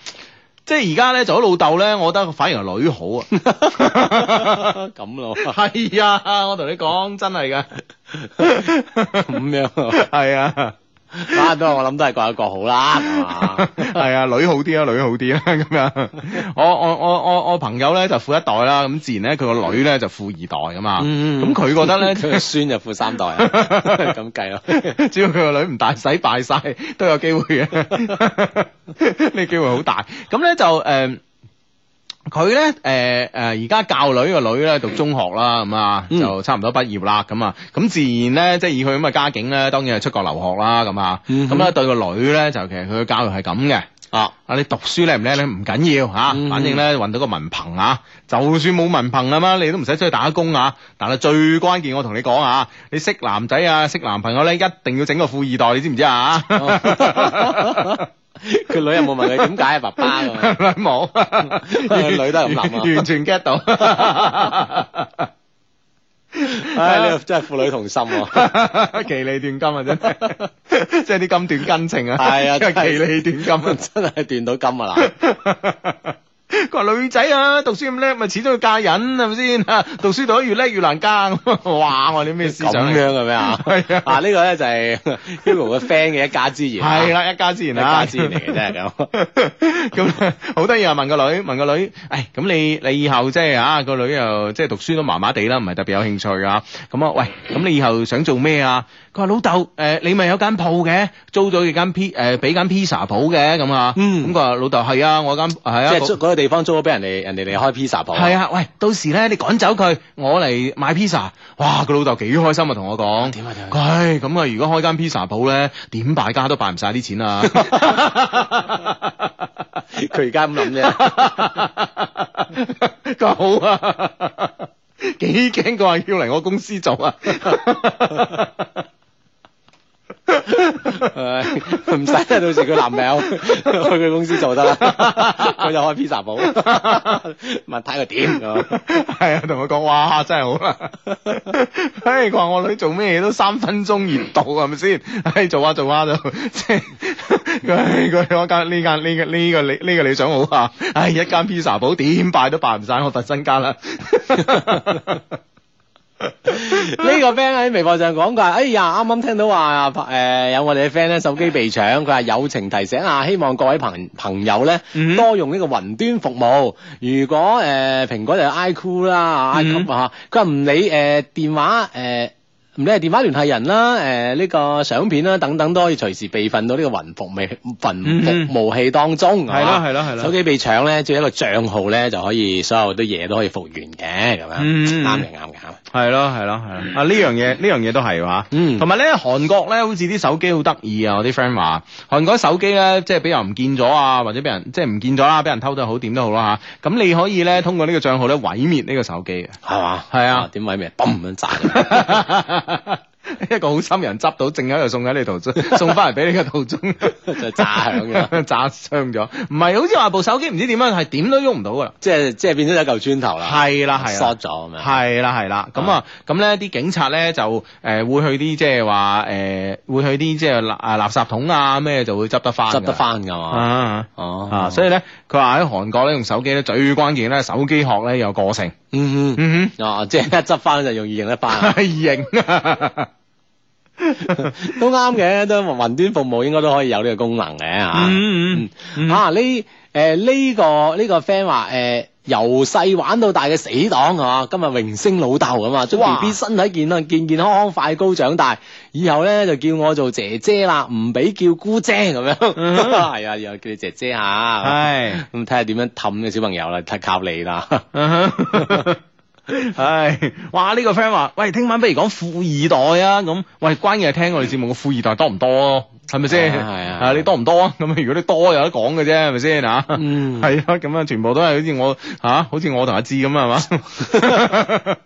A: 即係而家咧做咗老豆咧，我覺得反而係女好啊！
C: 咁
A: [LAUGHS]
C: 咯，
A: 係啊，我同你講真係 [LAUGHS] 噶，
C: 咁樣
A: 係啊。
C: 啊，都係我諗都係各有各好啦，
A: [LAUGHS]
C: 係嘛
A: 係啊，女好啲啊，女好啲啊， [LAUGHS] 咁樣。我我我我我朋友咧就富一代啦，咁自然咧佢個女咧就富二代噶嘛。
C: 嗯
A: 咁佢覺得咧，
C: 佢個孫就富三代啊， [LAUGHS] 咁計咯，
A: 啊 [LAUGHS] 只要佢個女唔大洗敗晒，都有機會嘅。 [LAUGHS] 呢機會好大。咁咧就誒。佢咧，誒誒，呃而家教女個女咧讀中學啦，咁啊
C: 嗯
A: 就差唔多畢業啦，咁啊，咁自然咧，即係以佢咁嘅家境咧，當然係出國留學啦，咁啊，
C: 嗯哼
A: 咁咧對個女咧就其實佢嘅教育係咁嘅，
C: 啊，
A: 啊，你讀書叻唔叻咧唔緊要吓，
C: 嗯
A: 反正咧揾到個文憑啊，就算冇文憑啊嘛，你都唔使出去打工啊。但係最關鍵，我同你講啊，你識男仔啊，識男朋友咧，一定要整個富二代，你知唔知
C: [LAUGHS]
A: 啊？
C: 佢女有冇問佢點解啊爸
A: [LAUGHS]
C: 爸
A: 哎
C: 啊？
A: 冇，
C: 女都係咁諗啊
A: [LAUGHS] 完全 get 到。
C: 唉，
A: [LAUGHS]
C: 你真係父女同心喎。
A: 其利斷金啊，真係，即係啲金斷金情啊，
C: 係
A: [LAUGHS]
C: 啊
A: 真係其利斷金啊。
C: 真係斷到金啊嗱！
A: [LAUGHS] 佢話女仔啊，讀書咁叻，咪始終要嫁人係咪先？ [LAUGHS] 讀書讀得越叻越難嫁。 [LAUGHS] 哇！我哋咩思
C: 咁
A: 想嚟？
C: 樣嘅咩啊？
A: 係啊
C: 啊呢個咧就係 Hugo 嘅 friend 嘅一家之言啊，
A: 係啦，一家之
C: 一
A: 言啊，
C: 家之言嚟嘅真係咁。
A: [LAUGHS] 咁好得意啊！問個女，問個女，唉，咁你你以後即係啊個女又即係讀書都麻麻地啦，唔係特別有興趣啊。咁啊，喂，咁你以後想做咩啊？佢話老豆，誒、呃你咪有間鋪嘅，租咗佢間 P 誒俾間 pizza 鋪嘅咁啊。
C: 嗯
A: 咁佢話老豆係啊，我間係啊。
C: 即係租嗰個地方租咗俾人哋，人哋嚟開 pizza 鋪。
A: 係，啊，喂，到時咧你趕走佢，我嚟買 pizza。哇，佢老豆幾開心啊，同我講。
C: 點啊點啊
A: 佢唉咁啊，如果開間 pizza 鋪咧，點敗家都敗唔晒啲錢啊！
C: [LAUGHS]
A: [LAUGHS]
C: 佢而家咁諗啫。
A: 佢話好啊，幾驚佢話要嚟我公司做啊！
C: 唉 [LAUGHS] 唔使啦，到時佢男朋友 [LAUGHS] 去佢公司做得啦， [LAUGHS] 佢就開 pizza 鋪， [LAUGHS] 問睇佢點咁。
A: 係啊，同佢講哇，真係好啦！唉，佢話我女做咩嘢都三分鐘熱度，係咪先？唉，做啊下做下就即係佢佢我間呢間呢個呢個理呢個理想好啊！唉，一間 pizza 鋪點敗都敗唔晒我份身家啦！ [LAUGHS]
C: 呢個 friend 喺微博上講，佢話：哎呀，啱啱聽到話誒、有我哋嘅 friend 咧手機被搶，佢話友情提醒啊，希望各位朋朋友咧、
A: 嗯
C: 多用呢個雲端服務。如果誒、蘋果就係 iQOO 啦，iQOO 啊，佢話唔理誒、電話誒。唔理係電話聯繫人啦，誒、呢、個相片啦等等都可以隨時備份到呢個雲服務
A: 嗯
C: 雲
A: 哼
C: 服務器當中，
A: 係啦
C: 嘛
A: 係啦係啦
C: 手機被搶咧，只要一個帳號咧就可以所有啲嘢都可以復原嘅，咁樣
A: 嗯
C: 啱嘅啱嘅啱。
A: 係咯，係咯，係咯。啊，呢樣嘢呢樣嘢都係嚇。
C: 嗯
A: 同埋咧，韓國咧，好似啲手機好得意啊！我啲 friend 話，韓國手機咧，即係俾人唔見咗啊，或者俾人即係唔見咗啦，俾人偷咗好點都好啦嚇。咁你可以咧，通過呢個帳號咧，毀滅呢個手機嘅。
C: 係嘛？
A: 係 [LAUGHS] 啊
C: 點毀滅？嘣咁炸咗，
A: 一個好心人執到，正喺度送喺你途中， [LAUGHS] 送翻嚟俾你嘅途中，
C: 就炸響
A: [LAUGHS]
C: 嘅，
A: 炸傷咗。唔係，好似話部手機唔知點樣，係點都喐唔到噶啦。
C: [LAUGHS] 即係即係變咗一嚿磚頭啦，
A: 係啦，係啦。
C: 縮咗咁樣。
A: 係啦係啦，咁啊咁咧啲警察咧就誒、呃、會去啲即係話誒會去啲即係垃啊垃圾桶啊咩就會執得翻㗎，
C: 執得翻㗎嘛？
A: 啊
C: 哦
A: 啊！所以咧佢話喺韓國咧用手機咧最關鍵咧手機殼咧有個性，
C: 嗯嗯，
A: 嗯
C: 哦，即係一執翻就容易認得翻啊，
A: 哼， [LAUGHS] 型 [LAUGHS] 啊，嗯
C: 都啱嘅，都雲端服務應該都可以有呢個功能嘅啊嚇。
A: 嗯嗯嗯
C: 啊呢誒呢個呢個 friend 話誒由細玩到大嘅死黨啊，今日榮升老豆咁啊，祝
A: 哇
C: B B 身體健康健健康康快高長大，以後咧就叫我做姐姐啦，唔俾叫姑姐咁樣，
A: 嗯
C: [LAUGHS] 係啊，又叫你姐姐嚇，
A: 係。
C: 咁睇下點樣氹嘅小朋友啦，睇靠你啦， [LAUGHS]
A: 啊哈唉，哇！呢、個 friend 話：，喂，聽晚不如講富二代啊，咁，喂，關鍵係聽我哋節目嘅富二代多唔多咯，係咪先？
C: 啊係啊
A: 啊，你多唔多啊？咁如果你多有得講嘅啫，係咪先啊？[LAUGHS]
C: 嗯
A: 係啊，咁啊，全部都係好似我吓、啊好似我同阿志咁
C: [LAUGHS]
A: 啊，係嘛？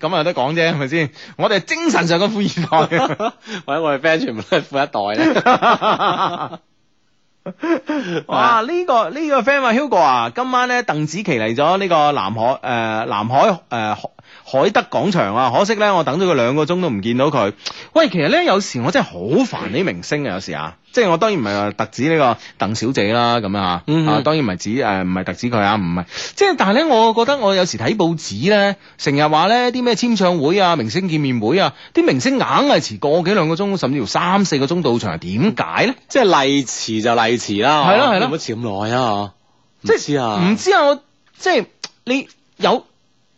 A: 咁啊有得講啫，係咪先？我哋係精神上嘅富二代啊。
C: 或者我哋 friend 全部都係富一
A: [LAUGHS]
C: 代咧。
A: 哇！呢、個呢、個 friend 話 Hugo 啊，今晚咧鄧紫棋嚟咗呢個南海誒、呃南海誒、呃海海德廣場啊，可惜咧我等咗佢兩個鐘都唔見到佢。喂，其實咧有時我真係好煩啲明星啊，有時啊，即係我當然唔係話特指呢個鄧小姐啦咁樣啊，
C: 嗯
A: 啊當然唔係指誒唔係特指佢啊，唔係，即係但係咧，我覺得我有時睇報紙咧，成日話咧啲咩簽唱會啊、明星見面會啊，啲明星硬係遲個幾兩個鐘，甚至乎三四個鐘到場，點解咧？
C: 即係例遲就例遲啦，
A: 係咯係咯
C: 唔好遲咁耐啊，
A: 即係
C: 唔知啊，
A: 唔知啊，我即係你有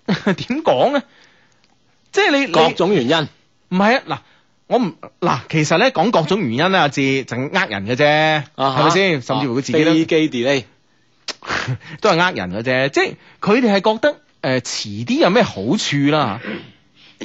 A: [LAUGHS] 點講咧？即係你
C: 各
A: 你
C: 種原因。
A: 唔係啊嗱。我唔嗱，其實咧講各種原因咧，阿志就呃人嘅啫，
C: 啊哈
A: 係咪先？甚至乎佢自己
C: 啊
A: 都
C: 飛機 delay，
A: [LAUGHS] 都係呃人嘅啫，即係佢哋係覺得誒、呃、遲啲有咩好處啦，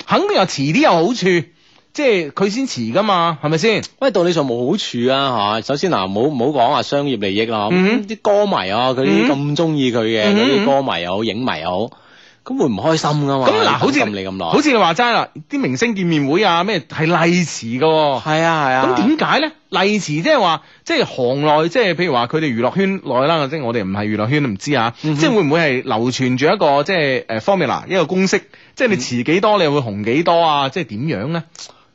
A: 肯定有遲啲有好處，即即係佢先遲噶嘛，係咪先？
C: 喂，道理上冇好處啊嚇！首先嗱，唔好唔好講話商業利益啦，
A: 嗯
C: 咁啲歌迷啊，佢啲
A: 嗯
C: 咁中意佢嘅
A: 嗯
C: 嗰啲歌迷又好，影迷又好，咁會唔開心噶嘛？
A: 咁嗱，好似
C: 你咁耐，
A: 好似你話齋啦，啲明星見面會啊，咩係例遲噶。
C: 係啊係啊，
A: 咁點解咧？例遲即係話，即係行內，即係譬如話佢哋娛樂圈內啦，即係我哋唔係娛樂圈唔知啊。
C: 嗯哼
A: 即係會唔會係流傳住一個即係誒 formula 一個公式，即係
C: 嗯
A: 你遲幾多你會紅幾多啊？即係點樣咧？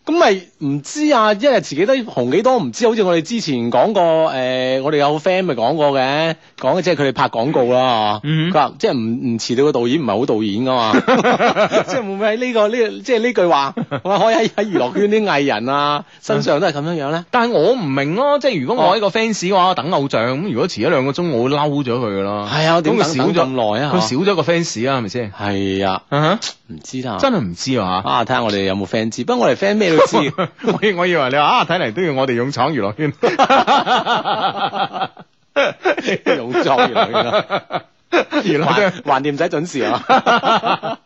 C: 咁咪唔知啊！一日自己都紅幾多唔知，啊好似我哋之前講過，誒、我哋有 friend 咪講過嘅，講嘅即係佢哋拍廣告啦，
A: 嗯
C: 佢話、即係唔唔遲到個導演唔係好導演噶嘛，
A: [LAUGHS]
C: 即係會唔會喺呢、個呢、即係呢句話，我可以喺喺娛樂圈啲藝人啊身上都係咁樣樣咧？
A: 但係我唔明咯，即係如果
C: 哦
A: 我係一個 fans 嘅話，我等偶像咁，如果遲一兩個鐘，我會嬲咗佢噶啦。
C: 係啊，點
A: 咁佢
C: 等
A: 少
C: 等
A: 咗
C: 咁耐啊？
A: 佢少咗個 fans 啊，係咪先？
C: 係啊，
A: 啊
C: 唔知啦
A: 哈，，真係唔知啊！
C: 啊睇下我哋有冇 friend 知，不過我哋 friend 咩都
A: [LAUGHS]
C: 知，
A: 我以我以為你話啊，睇嚟都要我哋勇闖娛樂
C: [LAUGHS]
A: 圈。
C: 用作娛樂圈啊，
A: 娛樂 [LAUGHS]
C: 橫
A: 圈
C: 橫掂唔使準時啊！
A: [LAUGHS]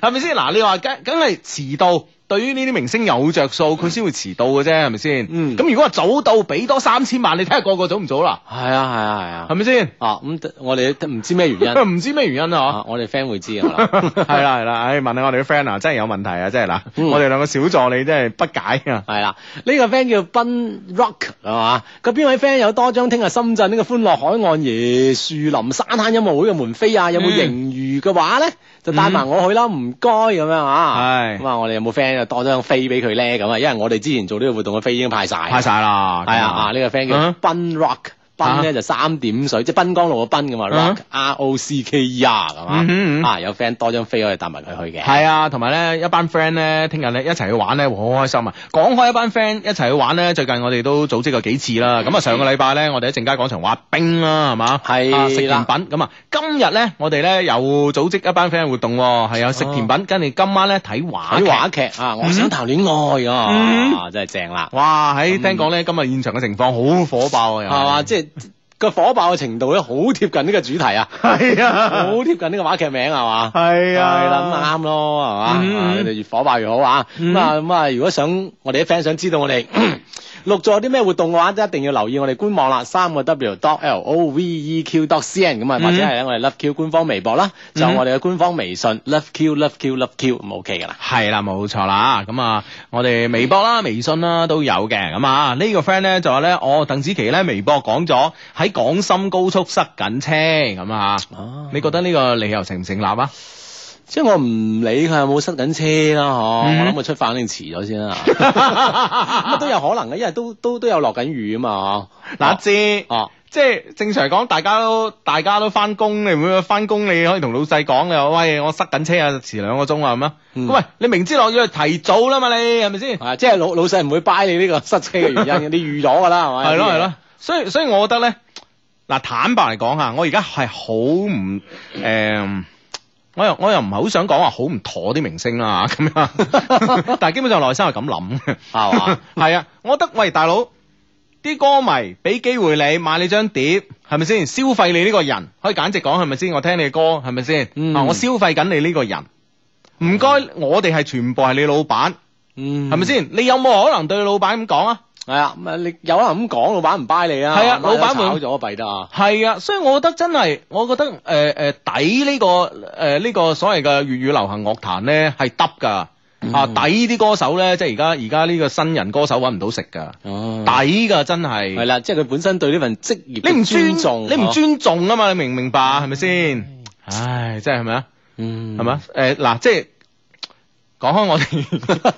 A: 係咪先？嗱，你話梗梗係遲到，對於呢啲明星有着數，佢先會遲到嘅啫，係咪先？
C: 嗯
A: 咁如果話早到，俾多三千萬，你睇下個個早唔早啦，
C: 係啊係啊係啊
A: 係。咪先？
C: 啊，咁我哋都唔知咩
A: [LAUGHS]
C: 原因，
A: 唔知咩原因啊？
C: 嗯啊，我哋 friend 會知㗎啦。
A: [LAUGHS] 係啦係啦，唉，問下我哋啲 friend 啊，真係有問題啊，真係嗱，
C: 嗯
A: 我哋兩個小助理真係不解啊。
C: 係啦，呢、個 friend 叫斌 Rock 係嘛？咁邊位 friend 有多張聽日深圳呢個歡樂海岸椰樹林沙灘音樂會嘅門飛啊？有冇
A: 嗯
C: 盈餘嘅話咧，就帶埋我去啦，唔該咁樣啊。
A: 係
C: 咁啊，我哋有冇 friend 就多張飛俾佢咧？咁啊，因為我哋之前做呢個活動嘅飛已經派晒，
A: 派晒啦，
C: 係啊啊！呢、個 friend 叫
A: 嗯
C: 斌 Rock，
A: 啊
C: 斌咧就三點水，即係濱江路嘅濱咁
A: 嗯
C: 啊，Rock R O C K E R 係
A: 嗯哼嗯
C: 嘛？啊，有 friend 多張飛可以帶埋佢去嘅。
A: 係啊，同埋咧一班 friend 咧，聽日咧一齊去玩咧，會好開心啊！講開一班 friend 一齊去玩咧，最近我哋都組織過幾次啦。咁啊，上個禮拜咧，我哋喺正佳廣場滑冰啦，係嘛？
C: 係
A: 啊食甜
C: 啦
A: 品咁啊！今日咧，我哋咧又組織一班 friend 活動喎，係有食甜品，跟住今晚咧睇話
C: 睇
A: 劇
C: 話劇啊！我想談戀愛
A: 嗯
C: 啊，真係正啦，
A: 哇！喺聽講咧，今日現場嘅情況好火爆啊，
C: 係
A: 又
C: 嘛？？即係個火爆嘅程度咧，好貼近呢個
A: [LAUGHS]
C: 主題啊，
A: 係
C: 好
A: 啊，
C: 貼近呢個話劇名係嘛？
A: 係啊，
C: 係啦，咁啊啱咯，係嘛？
A: 嗯
C: 啊你哋越火爆越好啊！咁啊咁啊，如果想我哋啲 friend 想知道我哋 [COUGHS] 錄咗啲咩活動嘅話，都一定要留意我哋官網啦，三個 W dot L O V E Q dot C N 咁
A: 嗯
C: 啊，或者係咧我哋 Love Q 官方微博啦，就我哋嘅官方微信 Love Q Love Q Love Q 咁啊 OK 噶啦。
A: 係啦，冇錯啦。咁啊，我哋微博啦、微信啦都有嘅。咁啊，呢個 friend 咧就話咧，我鄧紫棋咧微博講咗喺廣深高速塞緊車咁啊。
C: 哦
A: 你覺得呢個理由成唔成立啊？ [LAUGHS]
C: 即係我唔理佢有冇塞緊車啦，嗬、
A: 嗯
C: 我諗佢出發肯定遲咗先啦，咁都有可能嘅，因為都都都有落緊雨啊嘛，
A: 嗱，阿
C: 嗬。
A: 志，
C: 哦，
A: 即係正常嚟講，大家都大家都翻工，你唔會翻工，你可以同老細講你話，喂，我塞緊車啊，遲兩個鐘啊，咁啊。
C: 嗯
A: 喂，你明知落雨，提早啦嘛，你係咪先？
C: [LAUGHS] 啊，即係老老細唔會 buy 你呢個塞車嘅
A: [LAUGHS]
C: 原因，你預咗㗎啦，係咪？
A: 係咯係咯，所以所以我覺得咧，嗱坦白嚟講嚇，我而家係好唔誒。我又我又唔係好想講話好唔妥啲明星啦 [LAUGHS] 咁樣，
C: [LAUGHS]
A: 但係基本上內心係咁諗嘅，
C: 係嘛？
A: [LAUGHS] 係啊，我覺得喂大佬，啲歌迷俾機會你買你張碟，係咪先？消費你呢個人，可以簡直講係咪先？我聽你嘅歌係咪先？
C: 嗯
A: 啊，我消費緊你呢個人，唔該，我哋係全部係你老闆，
C: 嗯，
A: 係咪？先？你有冇可能對老闆咁講啊？
C: 係啊，咁啊，你有可能咁講，老闆唔 buy 你啊，
A: 係啊
C: 慢慢
A: 老闆會
C: 炒咗弊得啊，
A: 係啊，所以我覺得真係，我覺得誒誒、呃呃抵呢、個誒呢、個所謂嘅粵語流行樂壇咧係得㗎。啊！抵啲歌手咧，即係而家而家呢個新人歌手揾唔到食㗎，
C: 哦，
A: 抵㗎真係。
C: 係啦，即係佢本身對呢份職業嘅
A: 你唔尊
C: 尊重，哦
A: 你唔
C: 嗬，
A: 尊重啊嘛？你明唔明白啊？係咪先？唉，真係係咪啊？
C: 嗯，
A: 係咪啊？誒嗱，即係講開我
C: [LAUGHS]
A: 哋，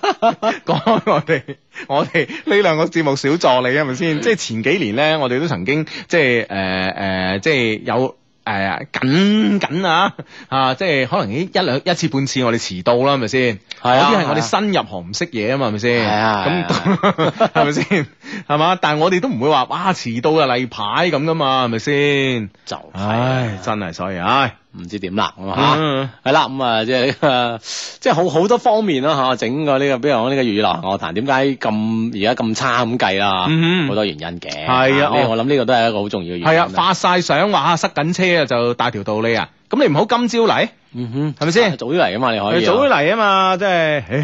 A: 講開我哋，我哋呢兩個節目小助理係咪
C: 嗯
A: 先？即係前幾年咧，我哋都曾經即係誒誒，即係有。誒緊緊啊！啊，即係可能一兩一次半次我哋遲到啦，係咪先？
C: 係啊
A: 嗰啲係我
C: 係啊
A: 哋新入行唔識嘢啊嘛，係咪先？
C: 係啊係啊
A: 咁 [LAUGHS] 係咪先？係嘛？但係我哋都唔會話哇遲到啊例牌咁噶嘛，係咪先？
C: 就係啊
A: 唉，真係啊嗯所以唉，
C: 唔知點啦，咁啊嚇。
A: 嚇
C: 係啦，咁啊，即係呢個即係 [LAUGHS] 好好多方面啦嚇，整個呢個，比如講呢個粵語流行樂壇點解咁而家咁差咁計啦，
A: 嗯
C: 好多原因嘅。
A: 係啊
C: 呢個
A: 哦
C: 我諗呢個都係一個好重要嘅原因。
A: 係啊，發晒相話塞緊車啊，就大條道理啊。咁你唔好今朝嚟，
C: 嗯哼，
A: 係咪先
C: 早啲嚟啊嘛，你可以
A: 你
C: 啊。
A: 早啲嚟啊嘛，即係，唉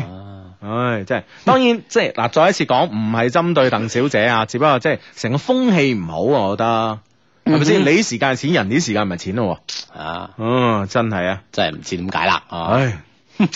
C: 啊
A: 唉，真係當然，即係嗱，再一次講，唔係針對鄧小姐啊，只不過即係成個風氣唔好啊，我覺得係咪先？
C: 嗯
A: 你啲時間係錢，人哋啲時間唔係錢咯喎，
C: 啊，
A: 嗯，真係啊，
C: 真係唔知點解啦，啊
A: [LAUGHS] 唉，
C: 呢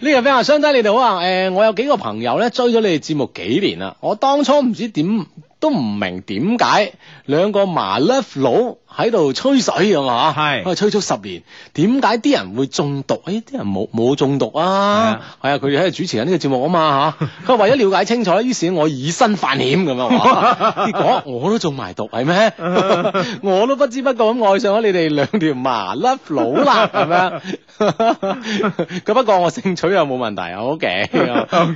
C: 個 friend 話：相低你哋好啊！誒、我有幾個朋友咧追咗你哋節目幾年啦，我當初唔知點都唔明點解兩個麻甩佬喺度吹水咁啊，
A: 係
C: 啊吹足十年，點解啲人會中毒？誒、哎啲人冇冇中毒啊？係啊，佢哋喺度主持緊呢個節目啊 [LAUGHS] 嘛嚇，佢話為咗了解清楚，於是我以身犯險咁樣， [LAUGHS] 哇結果我都中埋毒係 [LAUGHS] 咩？我都不知不覺咁愛上咗你哋兩條麻甩佬啦咁樣。 [LAUGHS] 佢不過我性取向冇問題啊，OK，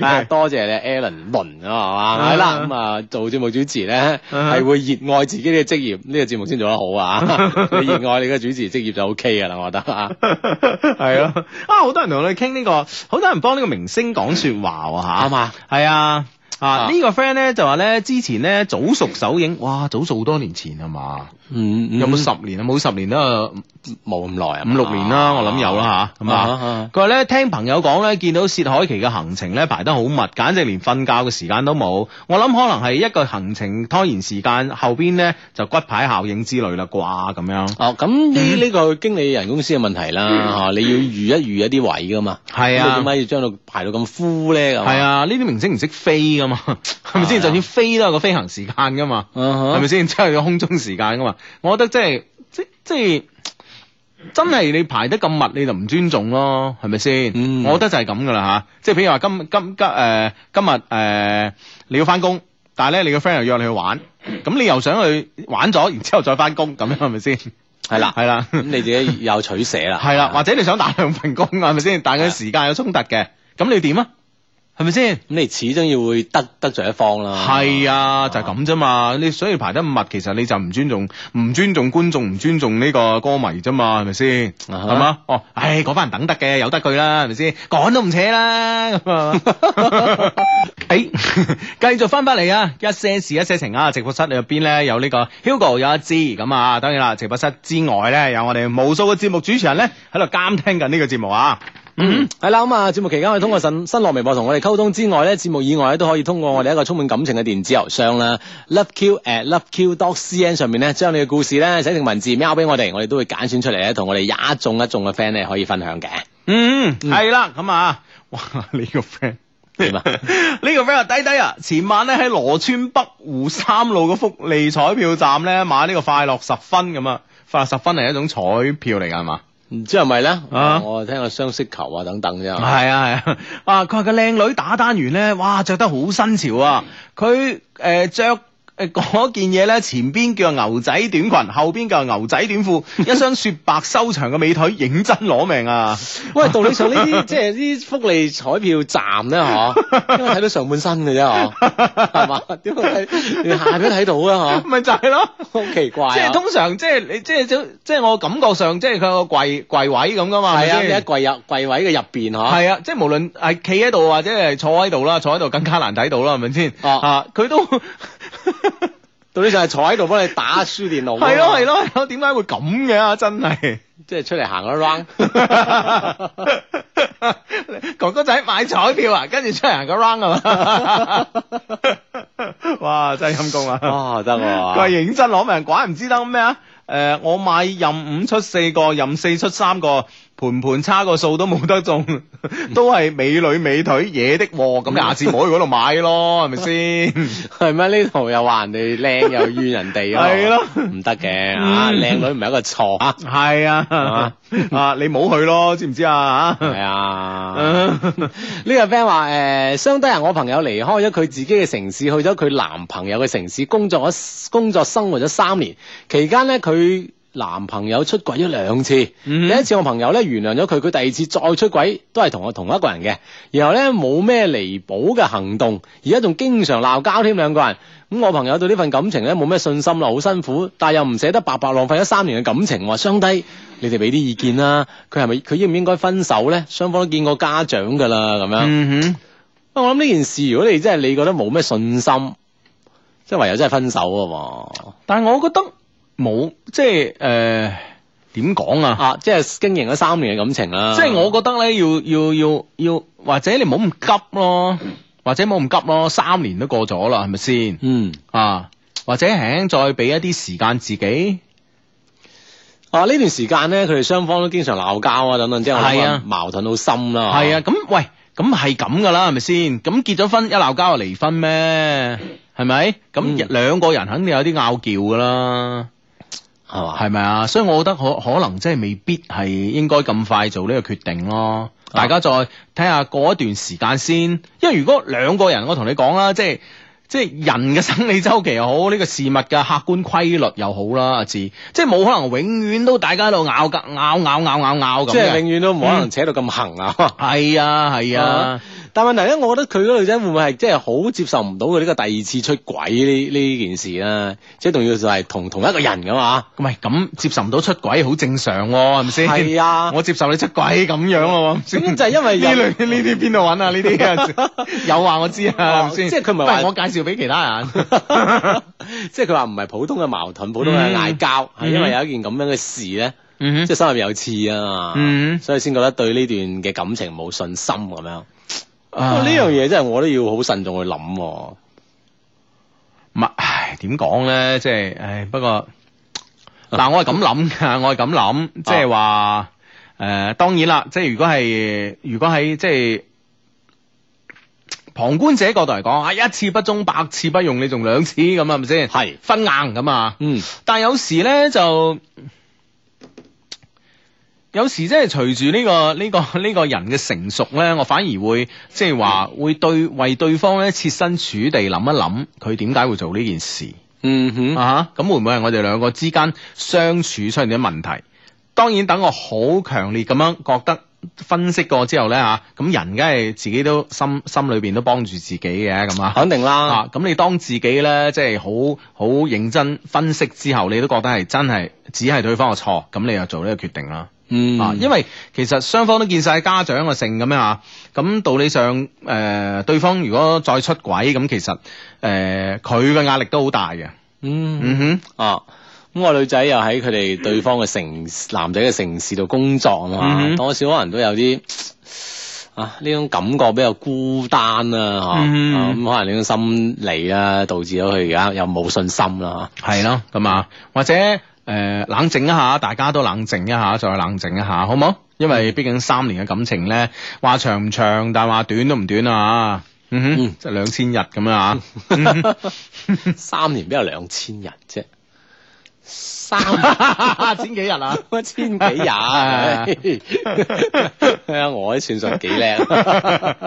C: 啊 [LAUGHS] 多謝你 Alan 倫啊，係嘛，係啦，咁啊做節目主持咧
A: 啊
C: 係會熱愛自己嘅職業，呢個節目先做得好
A: [LAUGHS]
C: 啊，你熱愛你嘅主持職業就 OK 噶啦，我覺得啊，
A: 係咯，啊，好多人同你傾呢個，好多人幫呢個明星講説話喎嚇
C: 啱，嘛，
A: 係啊。啊！
C: 啊
A: 呢個 friend 咧就話咧，之前咧早熟首映，哇！早熟好多年前係嘛？
C: 嗯
A: 有冇十年啊？冇十年都有
C: 冇咁耐啊？
A: 五六年啦，我諗有啦吓，咁啊。
C: 啊，
A: 佢話咧，聽朋友講咧，見到薛凱琪嘅行程咧排得好密，簡直連瞓覺嘅時間都冇。我諗可能係一個行程拖延時間，後邊咧就骨牌效應之類啦啩，咁樣。
C: 哦，咁呢呢個經理人公司嘅問題啦，嚇你要預一預一啲位噶嘛，
A: 嗯係
C: 咁你
A: 啊
C: 點，解要將到排到咁枯咧？
A: 係，啊，呢啲明星唔識飛
C: [LAUGHS]
A: 噶嘛，係咪
C: 係
A: 先？
C: 啊
A: 就算飛都有個飛行時間噶嘛，係
C: 係
A: 咪先？即係有空中時間噶嘛。我覺得即係即即係。真係你排得咁密，你就唔尊重咯，係咪先？
C: 嗯
A: 我覺得就係咁噶啦吓，即係譬如話今今今誒、呃今日誒、呃你要翻工，但係咧你個 friend 又約你去玩，咁你又想去玩咗，然之後再翻工，咁樣係咪先？
C: 係啦，
A: [LAUGHS] 係啦，
C: 咁你自己有取捨啦，
A: 係啦，或者你想打兩份工，係咪先？但係
C: 係
A: 佢
C: 啊
A: 時間有衝突嘅，咁你點啊？係咪先？
C: 咁你始終要會得得罪一方啦。
A: 係啊，就係咁啫嘛。你所以排得咁密，其實你就唔尊重，唔尊重觀眾，唔尊重呢個歌迷啫嘛，係咪先？
C: 啊哈
A: 係嘛？哦，唉，嗰班人等得嘅，由得佢啦，係咪先？趕都唔扯啦，咁啊。
C: [LAUGHS]
A: 誒， [LAUGHS] 繼續翻返嚟啊！一些事，一些情啊！直播室入邊咧有呢個 Hugo 有一支咁啊，當然啦，直播室之外咧有我哋無數嘅節目主持人咧喺度監聽緊呢個節目啊。
C: 嗯，係啦，咁啊，節目期間可以通過新新浪微博同我哋溝通之外咧，節目以外咧都可以通過我哋一個充滿感情嘅電子郵箱啦，loveq at loveq dot cn 上面咧，將你嘅故事咧寫成文字 mail 俾我哋，我哋都會揀選出嚟咧，同我哋一眾一眾嘅 friend 咧可以分享嘅。
A: 嗯，係啦，咁啊， [LAUGHS] 哇，呢個 friend
C: 點啊
A: [LAUGHS] 呢個 friend 話低低啊，前晚咧喺羅村北湖三路嘅福利彩票站咧買呢個快樂十分咁啊，快樂十分係一種彩票嚟㗎係嘛？
C: 唔知係咪咧？
A: 啊
C: 我聽過雙色球啊等等啫。
A: 係啊係啊，啊佢話個靚女打單完咧，哇着得好新潮啊！佢誒着。誒 [LAUGHS] 嗰件嘢咧，前邊叫牛仔短裙，後邊叫牛仔短褲，一雙雪白修長嘅美腿，認真攞命啊！
C: 喂，道理上呢啲即係呢啲福利彩票站咧，
A: [LAUGHS]
C: 嗬，因為睇到上半身嘅啫，嗬，係嘛？點解連下邊都睇到
A: [LAUGHS]
C: 啊？
A: 咪就係咯。
C: 嗬，好奇怪啊
A: 即係通常即係你即係即即係我感覺上即係佢有個櫃櫃位咁噶嘛，
C: 係啊，
A: 咪
C: 你
A: 先
C: 喺櫃入櫃位嘅入邊嗬，
A: 係啊，即係無論係企喺度或者係坐喺度啦，坐喺度更加難睇到啦，係咪先？
C: 哦
A: 啊，佢都係
C: 到底就係坐喺度幫你打輸電腦，
A: 咯 [LAUGHS] 係，咯係咯，點解會咁嘅啊？真係。 [LAUGHS]
C: 即係出嚟行咗 round，
A: 哥哥仔買彩票啊，跟住出嚟行個 round 啊
C: [LAUGHS]
A: 嘛，哇！真係陰公啊！
C: 哇，哦
A: [LAUGHS]
C: 得
A: 佢係
C: 喎，
A: 認真攞命，怪唔知得咩啊？誒、我買任五出四個，任四出三個，盤盤差個數都冇得中， [LAUGHS] 都係美女美腿惹的禍，咁你下次唔好去嗰度買咯，係咪 [LAUGHS] 先？
C: 係咩？呢度又話人哋靚又怨人哋，啊
A: 係咯
C: 唔得嘅啊，
A: 嗯
C: 靚女唔係一個錯啊，
A: 係啊， [LAUGHS] 啊，你唔好去咯，知唔知 [LAUGHS] 啊？
C: 係啊。
A: 啊
C: [LAUGHS] 呢個 friend 話誒，相低人啊我朋友離開咗佢自己嘅城市，去咗佢男朋友嘅城市工作咗工作生活咗三年，期間咧佢男朋友出軌咗兩次。
A: 嗯
C: 第一次我朋友咧原諒咗佢，佢第二次再出軌都係同我同一個人嘅，然後咧冇咩彌補嘅行動，而家仲經常鬧交添兩個人。咁我朋友對呢份感情咧冇咩信心啦，好辛苦，但又唔捨得白白浪費咗三年嘅感情喎。相低，你哋俾啲意見啦，佢係咪佢應唔應該分手咧？雙方都見過家長㗎啦，咁樣。
A: 嗯哼。
C: 啊我諗呢件事，如果你真係你覺得冇咩信心，即係唯有真係分手啊喎。
A: 但係我覺得冇，即係誒點講啊？
C: 啊，即係經營咗三年嘅感情啦。
A: 即係我覺得咧，要要要要，或者你唔好咁急咯，或者冇咁急咯，三年都過咗啦，係咪先
C: 嗯。
A: 啊？或者輕輕再俾一啲時間自己，
C: 啊！呢段時間咧，佢哋雙方都經常鬧交啊，等等，即係我諗
A: 係啊
C: 矛盾好深啦。
A: 係啊，咁喂，咁係咁噶啦，係咪先？咁結咗婚一鬧交就離婚咩？係咪？咁
C: 嗯
A: 兩個人肯定有啲拗撬噶啦，
C: 係嘛，
A: 係咪啊？所以我覺得可可能真係未必係應該咁快做呢個決定咯。大家再睇下過一段時間先，因為如果兩個人，我同你講啦，即係。即係人嘅生理周期又好，呢、個事物嘅客觀規律又好啦，阿志，即係冇可能永遠都大家喺度拗㗎拗拗拗拗拗咁嘅。
C: 即係永遠都冇可能扯到咁行啊！
A: 係啊係啊
C: 啊， [LAUGHS] 但問題咧，我覺得佢嗰個女仔會唔會係即係好接受唔到佢呢個第二次出軌呢呢件事啦？即係仲要就係同同一個人噶嘛？
A: 唔係咁接受唔到出軌好正常喎、係咪先？
C: 係啊
A: 我接受你出軌咁樣咯、喎，
C: 咁就係因為
A: 呢
C: 有
A: 類呢啲邊度揾啊？呢啲啊 [LAUGHS] 有話我知啊，係咪先？
C: 即係佢唔係
A: 不
C: 話
A: 如我介紹俾其他人。
C: [LAUGHS] 即係佢話唔係普通嘅矛盾，普通嘅嗌交，係
A: 嗯
C: 因為有一件咁樣嘅事咧，
A: [LAUGHS] 嗯
C: 即係心入面有刺啊
A: 嗯
C: 嘛，所以先覺得對呢段嘅感情冇信心咁樣。不過
A: 啊
C: 呢樣嘢真係我都要好慎重去諗喎。
A: 唔係，唉，點講咧？即係，唉，不過嗱，我係咁諗㗎，我係咁諗，即係話，誒、當然啦，即係如果係，如果喺即係旁觀者角度嚟講，啊，一次不忠，百次不用，你仲兩次咁啊，係咪先？
C: 係
A: 分硬咁啊！
C: 嗯，
A: 但係有時咧就。有時即係隨住呢個呢、個呢、個人嘅成熟咧，我反而會即係話會對為對方咧設身處地諗一諗，佢點解會做呢件事、
C: 嗯哼，
A: 啊？咁會唔會係我哋兩個之間相處出現啲問題？當然，等我好強烈咁樣覺得分析過之後咧嚇，咁、人梗係自己都心心裏邊都幫住自己嘅咁啊。
C: 肯定啦，
A: 啊，咁你當自己咧，即係好好認真分析之後，你都覺得係真係只係對方嘅錯，咁你就做呢個決定啦。
C: 嗯
A: 啊，因為其實雙方都見晒家長嘅性咁樣啊，咁道理上誒、呃，對方如果再出軌，咁其實誒佢嘅壓力都好大嘅。
C: 嗯
A: 嗯
C: 啊。咁個女仔又喺佢哋對方嘅城市男仔嘅城市度工作啊
A: 嗯哼
C: 嘛，多少可能都有啲啊呢種感覺比較孤單啦，嚇
A: 嗯
C: 啊咁可能呢種心理啦，導致到佢而家又冇信心啦。
A: 哼，係咯，咁啊，或者誒、呃冷靜一下，大家都冷靜一下，再冷靜一下，好唔好？因為畢竟三年嘅感情咧，話長唔長，但話短都唔短啊。嗯哼
C: 嗯，
A: 即係兩千日咁樣 [LAUGHS] 啊。
C: 嚇 [LAUGHS] 三年邊有兩千日啫？三
A: 千幾日啊！
C: 千幾日，係啊， [LAUGHS] 我啲算術幾叻。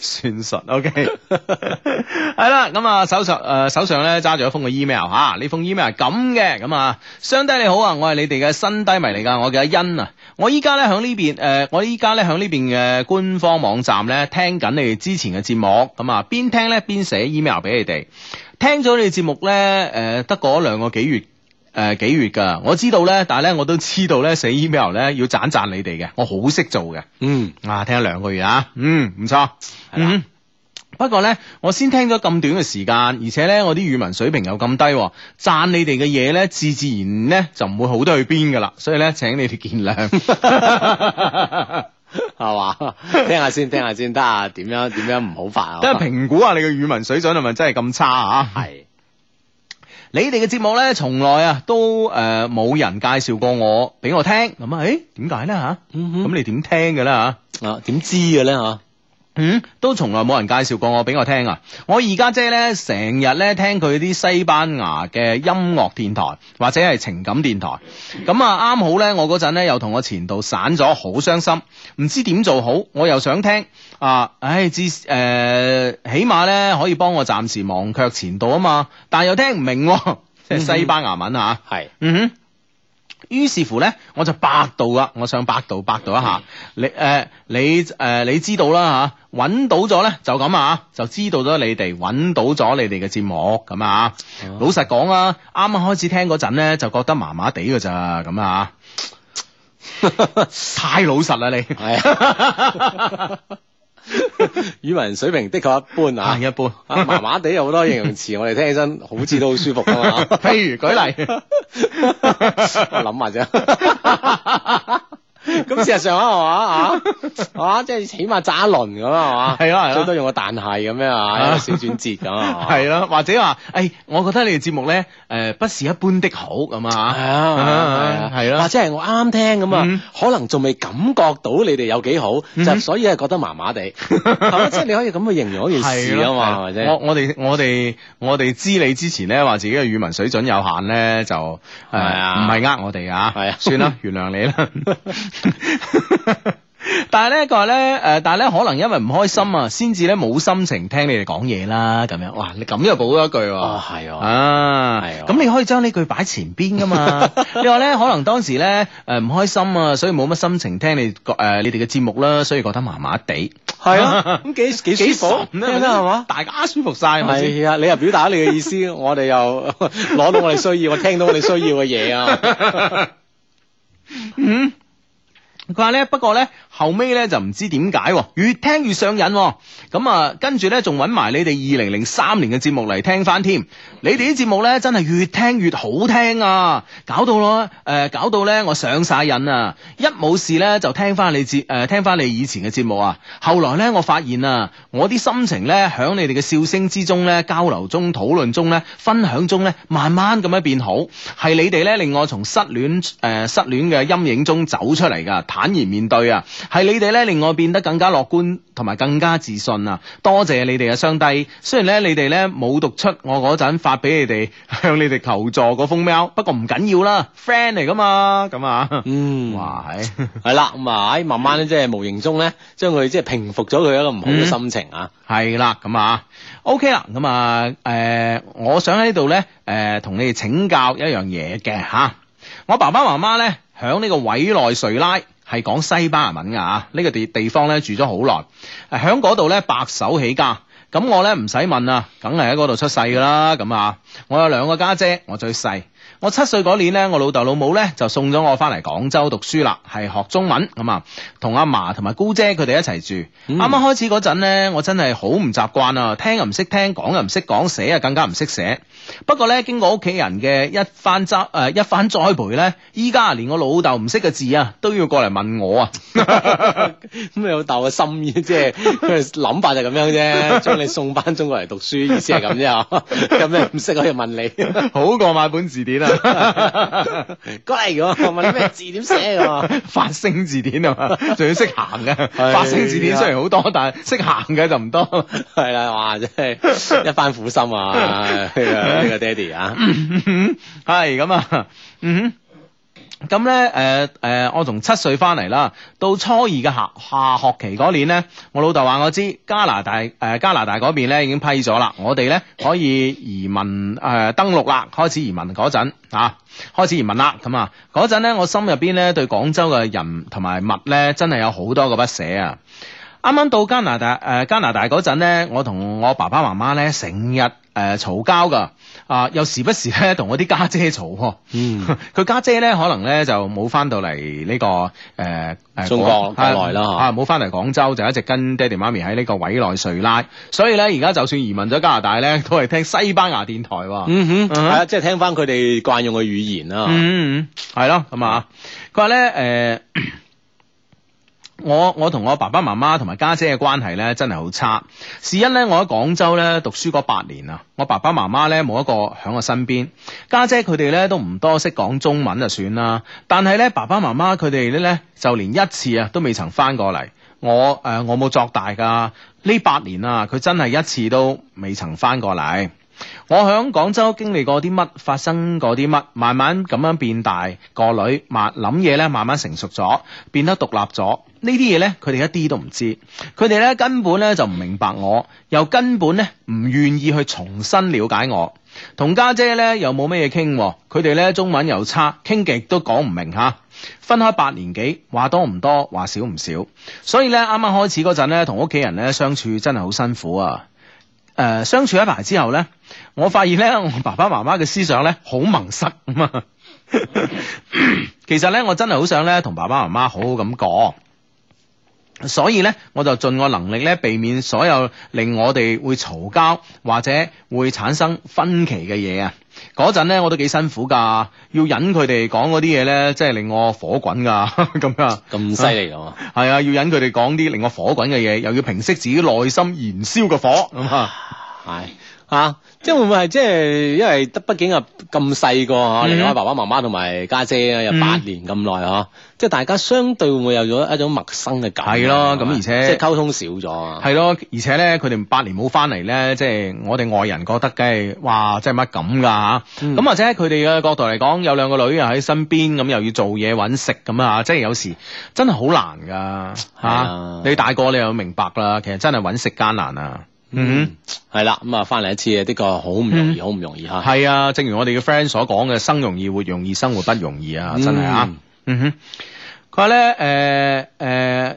A: 算術 OK，係啦，咁啊手上誒、呃手上咧揸住一封嘅 email 吓、呢封 email 係咁嘅，咁啊，相低你好啊，我係你哋嘅新低迷嚟㗎，我叫阿欣啊，我依家咧響呢邊誒、呃我依家咧響呢邊嘅官方網站咧聽緊你哋之前嘅節目，咁啊邊聽咧邊寫 email 俾你哋，聽咗你哋節目咧誒得嗰兩個幾月。誒、幾月㗎？我知道咧，但係咧我都知道咧寫 email 咧要讚讚你哋嘅，我好識做嘅。
C: 嗯。
A: 啊，聽咗兩個月啊，嗯，唔錯，
C: 係啦
A: 嗯。不過呢，我先聽咗咁短嘅時間，而且呢，我啲語文水平又咁低喎，讚你哋嘅嘢呢，自自然呢就唔會好得去邊噶啦，所以呢，請你哋見 [LAUGHS] 諒。
C: 係嘛？聽下先，聽下先，得啊？點樣點樣唔好發啊？
A: 都係評估下你嘅語文水準係咪真係咁差啊？
C: 係
A: 你哋嘅節目呢，從來啊都誒冇、人介紹過我俾我聽，咁啊，誒點解呢？吓？
C: 嗯哼
A: 咁你點聽嘅咧吓？
C: 啊？點知嘅咧嚇？
A: 嗯，都從來冇人介紹過我俾我聽啊！我二家姐咧，成日咧聽佢啲西班牙嘅音樂電台或者係情感電台，咁啊啱好咧，我嗰陣咧又同我前度散咗，好傷心，唔知點做好，我又想聽啊，唉，至誒、呃起碼咧可以幫我暫時忘卻前度啊嘛，但係又聽唔明、喎，即係西班牙文啊。
C: 係
A: 嗯哼。於是乎咧，我就百度啦，我上百度百度一下，
C: 嗯
A: 你誒、呃你誒、呃你知道啦嚇，揾、到咗咧就咁啊，就知道咗你哋揾到咗你哋嘅節目咁啊，
C: 哦
A: 老實講啊，啱啱開始聽嗰陣咧就覺得麻麻地㗎咋咁啊，
C: [LAUGHS]
A: 太老實啦你。
C: 係啊 [LAUGHS] 語文水平的確一般啊
A: 啊，，一般。
C: 啊麻麻地有好多形容詞，我哋聽起身好似都好舒服噶嘛。
A: [LAUGHS]
C: [LAUGHS]
A: 譬如舉例，
C: 啊我諗下啫。 [LAUGHS] 咁事實上啊，係嘛啊，啊，即係起碼揸一輪咁啊，係嘛，
A: 係啦係啦
C: 最多用個但係咁樣啊，有個小轉折咁啊，
A: [LAUGHS] 係啦，或者話，誒，我覺得你哋節目咧，誒，不是一般的好咁
C: 係
A: 啊，
C: 啊，
A: 係啦
C: 或者係我啱聽
A: 嗯
C: 咁啊，可能仲未感覺到你哋有幾好，
A: 嗯
C: 就所以係覺得麻麻地，係 [LAUGHS] 嘛？即係你可以咁去形容一件事啊嘛，係咪
A: 我
C: 先？
A: 我哋我哋我哋知你之前咧話自己嘅語文水準有限咧，就誒
C: 係啊
A: 唔係呃我哋啊，
C: 係啊 [LAUGHS]
A: 算啦， [LAUGHS] 原諒你啦。但係咧，佢話咧，誒、但係咧，可能因為唔開心啊，先至咧冇心情聽你哋講嘢啦，咁樣，哇，你咁又補咗一句喎、
C: 哦，係啊。
A: 啊，
C: 係啊
A: 咁你可以將呢句擺前邊噶
C: [LAUGHS]
A: 嘛？你話咧，可能當時咧誒唔開心啊，所以冇乜心情聽你誒、呃你哋嘅節目啦，所以覺得麻麻地。
C: 係啊， [LAUGHS] 咁幾幾舒服，
A: 神
C: 聽
A: 啊
C: 得係嘛？？
A: 大家舒服晒係咪先？
C: 係啊，你又表達你嘅意思，我哋又攞到我哋需要，我聽到我哋需要嘅嘢啊，
A: 嗯。佢話咧，不過咧後尾咧就唔知點解喎，越聽越上癮喎。咁啊，跟住咧仲揾埋你哋二零零三年嘅節目嚟聽翻添。你哋啲節目咧真係越聽越好聽啊！搞到咯，誒、搞到咧我上晒癮啊！一冇事咧就聽翻你節誒、聽翻你以前嘅節目啊。後來咧我發現啊，我啲心情咧響你哋嘅笑聲之中咧交流中、討論中咧、分享中咧，慢慢咁樣變好。係你哋咧令我從失戀誒、失戀嘅陰影中走出嚟㗎，坦然面對啊！係你哋咧令我變得更加樂觀同埋更加自信啊！多謝你哋嘅雙低，雖然咧你哋咧冇讀出我嗰陣發俾你哋 [LAUGHS] 向你哋求助嗰封 mail，不過唔緊要啦，friend 嚟㗎嘛，咁啊，
C: 嗯，
A: 哇係，
C: 係啦，咁啊，喺慢慢咧，即係無形中咧，將佢即係平復咗佢一個唔好嘅心情啊。
A: 係啦，咁啊，OK 啦，咁啊，誒、我想喺呢度咧，誒、同你哋請教一樣嘢嘅吓。我爸爸媽媽咧，響呢個委內瑞拉係講西班牙文㗎啊，呢、個地地方咧住咗好耐，誒響嗰度咧白手起家。咁我咧唔使問啊，梗係喺嗰度出世㗎啦。咁啊，我有兩個家姐，我最細。我七歲嗰年咧，我老豆老母咧就送咗我翻嚟廣州讀書啦，係學中文咁啊，同阿嫲同埋姑姐佢哋一齊住。啱啱、開始嗰陣咧，我真係好唔習慣啊，聽又唔識聽，講又唔識講，寫啊更加唔識寫。不過咧，經過屋企人嘅一番栽誒、呃一番栽培咧，依家連我老豆唔識嘅字啊，都要過嚟問我啊。
C: 咁你老豆嘅心意，即係 [LAUGHS] 佢諗法就咁樣 [LAUGHS] 啫，將你送翻中國嚟讀書，意思係咁啫啊。 [LAUGHS] 咁你唔識可以問你， [LAUGHS]
A: 好過買本字典啊！
C: 過嚟咁問你咩字點寫啊？
A: 發聲字典啊嘛，仲要識行嘅。
C: 啊
A: 發聲字典雖然好多，但係識行嘅就唔多。
C: 係啦，哇！真係一番苦心啊， [LAUGHS] 呢個呢個爹哋啊，
A: 嗯哼， [LAUGHS] 係咁啊，嗯哼。咁咧，誒誒、我從七歲翻嚟啦，到初二嘅下下學期嗰年咧，我老豆話我知加拿大誒、加拿大嗰邊咧已經批咗啦，我哋咧可以移民誒、登陸啦，開始移民嗰陣啊，開始移民啦，咁啊嗰陣咧，我心入邊咧對廣州嘅人同埋物咧真係有好多個不捨啊！啱啱到加拿大誒、加拿大嗰陣咧，我同我爸爸媽媽咧成日誒嘈交噶，啊、又時不時咧同我啲家姐嘈喎。
C: 嗯。
A: [LAUGHS] 佢家姐咧可能咧就冇翻到嚟呢、個誒誒、呃
C: 中國
A: 廣啊
C: 國內啦嚇
A: 啊冇翻嚟廣州就一直跟爹哋媽咪喺呢個委內瑞拉，所以咧而家就算移民咗加拿大咧，都係聽西班牙電台喎。
C: 嗯哼，
A: 嗯哼
C: 係啊，即係聽翻佢哋慣用嘅語言啊啦。
A: 嗯，嗯嗯，係咯，咁啊，佢話咧，誒、我我同我爸爸媽媽同埋家姐嘅關係咧，真係好差。是因咧，我喺廣州咧讀書嗰八年啊，我爸爸媽媽咧冇一個喺我身邊，家姐佢哋咧都唔多識講中文就算啦。但係咧，爸爸媽媽佢哋咧就連一次啊都未曾翻過嚟。我誒、呃我冇作大㗎，呢八年啊，佢真係一次都未曾翻過嚟。我喺廣州經歷過啲乜，發生過啲乜，慢慢咁樣變大個女，慢諗嘢咧，慢慢成熟咗，變得獨立咗。呢啲嘢咧，佢哋一啲都唔知，佢哋咧根本咧就唔明白我，又根本咧唔願意去重新了解我。同家姐咧又冇咩嘢傾喎，佢哋咧中文又差，傾極都講唔明吓。分開八年幾，話多唔多，話少唔少，所以咧啱啱開始嗰陣咧，同屋企人咧相處真係好辛苦啊！誒、相處一排之後咧，我發現咧我爸爸媽媽嘅思想咧好蒙塞咁啊！其實咧我真係好想咧同爸爸媽媽好好咁講。所以咧，我就盡我能力咧，避免所有令我哋會嘈交或者會產生分歧嘅嘢啊！嗰陣咧，我都幾辛苦㗎，要忍佢哋講嗰啲嘢咧，即係令我火滾㗎 [LAUGHS] 咁啊！
C: 咁犀利㗎嘛？
A: 係啊，要忍佢哋講啲令我火滾嘅嘢，又要平息自己內心燃燒嘅火咁啊！
C: 係啊，即係會唔會係即係因為得畢竟啊咁細個嗬，
A: 嗯
C: 離開爸爸媽媽同埋家姐啊，有
A: 嗯
C: 八年咁耐嗬，即係大家相對會唔會有咗一種陌生嘅感
A: 係
C: 覺？
A: 咯
C: 係咪
A: 咁而且
C: 即係溝通少咗啊，
A: 係咯，而且咧，佢哋八年冇翻嚟咧，即係我哋外人覺得，梗係哇，即係乜咁㗎嚇。
C: 嗯
A: 咁、或者喺佢哋嘅角度嚟講，有兩個女又喺身邊，咁又要做嘢揾食咁啊，即係有時真係好難㗎嚇、
C: 係啊
A: 你大個你又明白啦，其實真係揾食艱難啊。嗯，
C: 係啦，咁啊翻嚟一次啊，的確好唔容易，
A: 嗯
C: 好唔容易嚇。
A: 係啊，正如我哋嘅 friend 所講嘅，生容易活容易，生活不容易啊，真係啊。
C: 嗯
A: 嗯哼，佢話咧，誒、誒，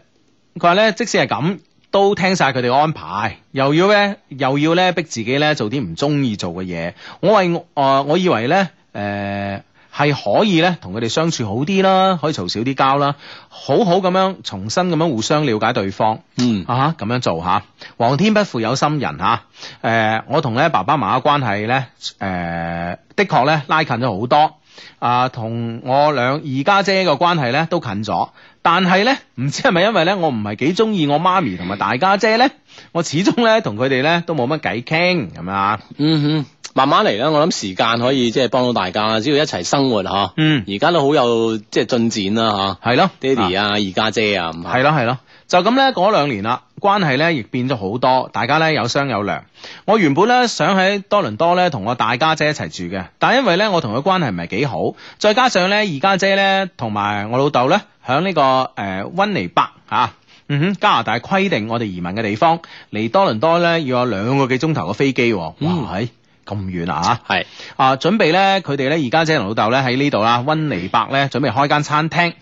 A: 佢話咧，即使係咁，都聽晒佢哋安排，又要咧，又要咧，逼自己咧做啲唔中意做嘅嘢。我為我、呃我以為咧，誒、係可以咧，同佢哋相處好啲啦，可以嘈少啲交啦，好好咁樣重新咁樣互相了解對方。
C: 嗯，
A: 啊咁樣做吓，皇天不負有心人吓。誒、我同咧爸爸媽媽關係咧，誒、的確咧拉近咗好多。啊，同我兩二家姐嘅關係咧都近咗，但係咧唔知係咪因為咧我唔係幾中意我媽咪同埋大家姐咧，我始終咧同佢哋咧都冇乜偈傾咁啊。
C: 嗯哼，慢慢嚟啦，我諗時間可以即係幫到大家，只要一齊生活嚇，
A: 嗯，
C: 而家都好有即係進展啦嚇，
A: 係咯，
C: 爹
A: 啊
C: 哋啊，二家姐啊，咁嚇
A: 係咯係咯，就咁咧嗰兩年啦，關係咧亦變咗好多，大家咧有商有量。我原本咧想喺多倫多咧同我大家姐一齊住嘅，但因為咧我同佢關係唔係幾好，再加上咧二家姐咧同埋我老豆咧響呢個誒温尼伯嚇。啊嗯哼，加拿大規定我哋移民嘅地方嚟多倫多咧要有兩個幾鐘頭嘅飛機喎，哇
C: 嗯
A: 係咁遠啊嚇！
C: 係
A: 啊，準備咧，佢哋咧而家姐同老豆咧喺呢度啦，温尼伯咧準備開間餐廳，誒、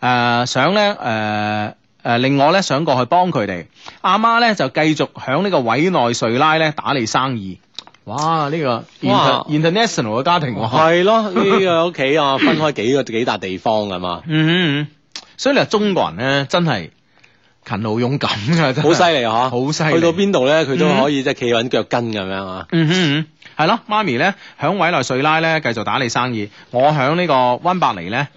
A: 啊想呃咧誒。誒令我咧想過去幫佢哋，阿媽咧就繼續響呢個委內瑞拉咧打理生意。哇！呢、個
C: 哇
A: inter- international 嘅家庭喎，
C: 係咯，呢個屋企啊，分開幾個幾笪地方㗎嘛，
A: 嗯嗯嗯，所以你話中國人咧真係勤勞勇敢㗎，真係
C: 好犀利啊！
A: 好犀利
C: 去到邊度咧，佢都可以即係企穩腳跟咁樣啊。
A: 嗯哼嗯，係咯，媽咪咧響委內瑞拉咧繼續打理生意，我響呢個温伯尼咧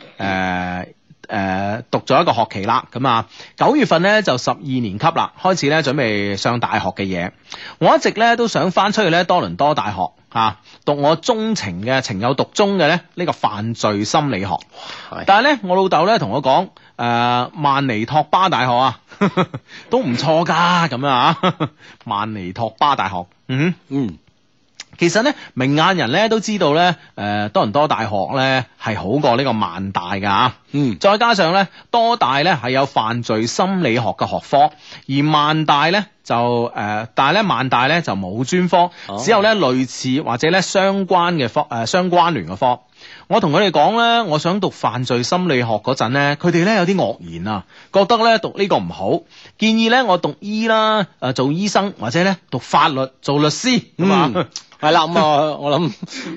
A: 誒誒讀咗一個學期啦，咁啊九月份咧就十二年級啦，開始咧準備上大學嘅嘢，我一直咧都想翻出去咧多倫多大學嚇、啊、讀我鍾情嘅情有獨鍾嘅咧呢個犯罪心理學。
C: 係
A: 但係咧，我老豆咧同我講，誒、曼尼托巴大學啊， [LAUGHS] 都唔錯㗎，咁樣啊， [LAUGHS] 曼尼托巴大學，嗯哼，
C: 嗯，
A: 其實咧，明眼人咧都知道咧，誒、多倫多大學咧係好過呢個曼大㗎啊。
C: 嗯，
A: 再加上咧，多大咧係有犯罪心理學嘅學科，而曼大咧就誒、呃但係咧曼大咧就冇專科，
C: 哦
A: 只有咧類似或者咧相關嘅科誒、呃相關聯嘅科。我同佢哋講咧，我想讀犯罪心理學嗰陣咧，佢哋咧有啲愕然啊，覺得咧讀呢個唔好，建議咧我讀醫啦，誒、呃做醫生或者咧讀法律做律師咁啊。
C: 嗯係啦，咁啊， [LAUGHS] 我諗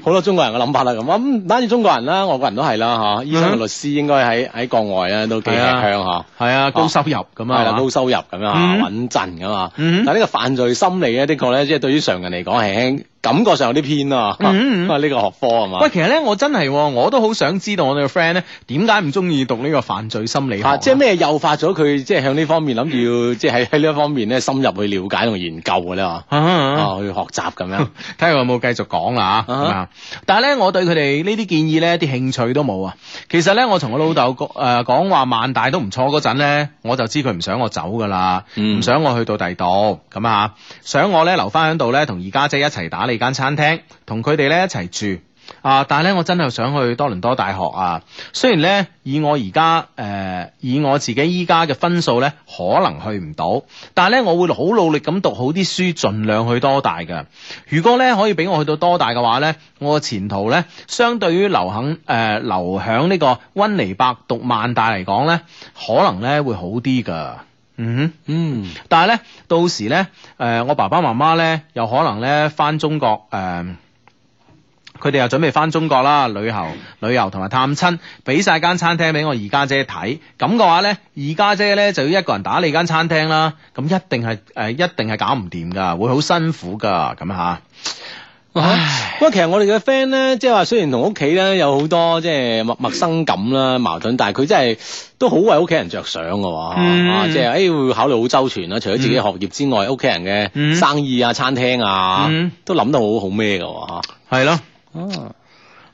C: 好多中國人嘅諗法啦，咁啊咁唔單止中國人啦，外國人都係啦，嚇，醫生同律師應該喺喺國外咧都幾吃
A: 嗯係啊
C: 香嚇，
A: 係啊，高收入咁
C: 係啦，
A: 啊，
C: 高收入咁樣嚇，
A: 嗯
C: 穩陣噶嘛。
A: 嗯
C: 但係呢個犯罪心理咧，的確咧，即係對於常人嚟講，係輕感覺上有啲偏 [LAUGHS] 啊，嚇
A: 嗯嗯嗯
C: 因為呢個學科係嘛
A: 喂，。其實咧，我真係喎我都好想知道我哋嘅 friend 咧點解唔中意讀呢個犯罪心理學
C: 啊！即係咩誘發咗佢，即係向呢方面諗住要，即係喺喺呢一方面咧深入去了解同研究嘅咧，啊，
A: 啊啊
C: 啊去學習咁樣。
A: [LAUGHS] 睇下有冇繼續講啦嚇
C: 啊哈
A: 咁啊！但係咧，我對佢哋呢啲建議咧，啲興趣都冇啊。其實咧，我同我老豆誒講話萬大都唔錯嗰陣咧，我就知佢唔想我走噶啦，唔、
C: 嗯
A: 想我去到第二度咁啊，想我咧留翻喺度咧，同二家姐一齊打理間餐廳，同佢哋咧一齊住。啊！但係咧，我真係想去多倫多大學啊！雖然咧，以我而家誒，以我自己依家嘅分數咧，可能去唔到，但係咧，我會好努力咁讀好啲書，盡量去多大嘅。如果咧可以俾我去到多大嘅話咧，我嘅前途咧，相對於留肯誒、呃留響呢個温尼伯讀曼大嚟講咧，可能咧會好啲噶。嗯
C: 嗯
A: 哼，但係咧到時呃咧，誒、我爸爸媽媽咧有可能咧翻中國誒。呃佢哋又準備翻中國啦，旅遊、旅遊同埋探親，俾晒間餐廳俾我二家姐睇。咁嘅話呢，二家姐呢就要一個人打理間餐廳啦。咁一定係誒、呃一定係搞唔掂㗎，會好辛苦㗎。咁嚇，唉，
C: 啊不過其實我哋嘅 friend 咧，即係話雖然同屋企咧有好多即係陌陌生感啦、矛盾，但係佢真係都好為屋企人着想嘅喎，
A: 嗯
C: 啊即係誒會考慮好周全啦。除咗自己學業之外，屋企人
A: 嗯
C: 嘅生意啊、餐廳啊
A: 嗯，
C: 都諗得好好咩嘅喎，啊
A: 係咯。
C: 嚇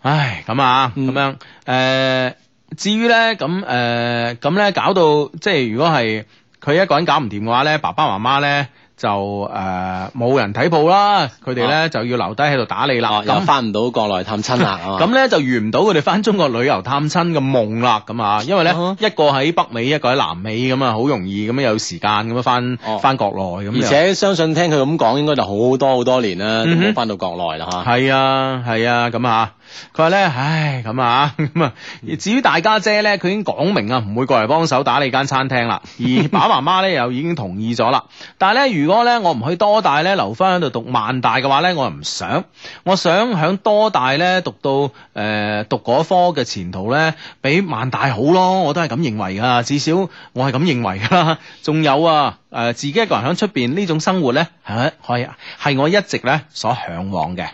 A: 唉，咁啊，咁
C: 哦嗯
A: 樣誒、呃至於咧，咁誒咁咧，搞到即係如果係佢一個人搞唔掂嘅話咧，爸爸媽媽咧就誒冇、人睇鋪啦，佢哋咧
C: 啊
A: 就要留低喺度打理啦
C: 啊，。又
A: 咁
C: 翻唔到國內探親啦，啊
A: 咁咧就完唔到佢哋翻中國旅遊探親嘅夢啦，咁啊，因為咧、
C: 啊
A: 一個喺北美，一個喺南美咁啊，好容易咁樣有時間咁樣翻
C: 哦
A: 翻國內咁
C: 而
A: 樣。
C: 且相信聽佢咁講，應該就好多好多年啦，都
A: 嗯哼
C: 冇翻到國內啦嚇。
A: 係啊，係啊，咁啊，佢話咧，唉，咁啊， [LAUGHS] 咁啊，至於大家姐咧，佢已經講明啊，唔會過嚟幫手打理間餐廳啦，而爸爸媽媽咧又已經同意咗啦。但係咧，如果咧我唔去多大咧，留翻喺度讀萬大嘅話咧，我又唔想，我想響多大咧讀到誒、呃、讀嗰科嘅前途咧，比萬大好咯，我都係咁認為噶，至少我係咁認為噶。仲有啊，誒、自己一個人喺出邊呢種生活咧，係係係我一直咧所向往嘅。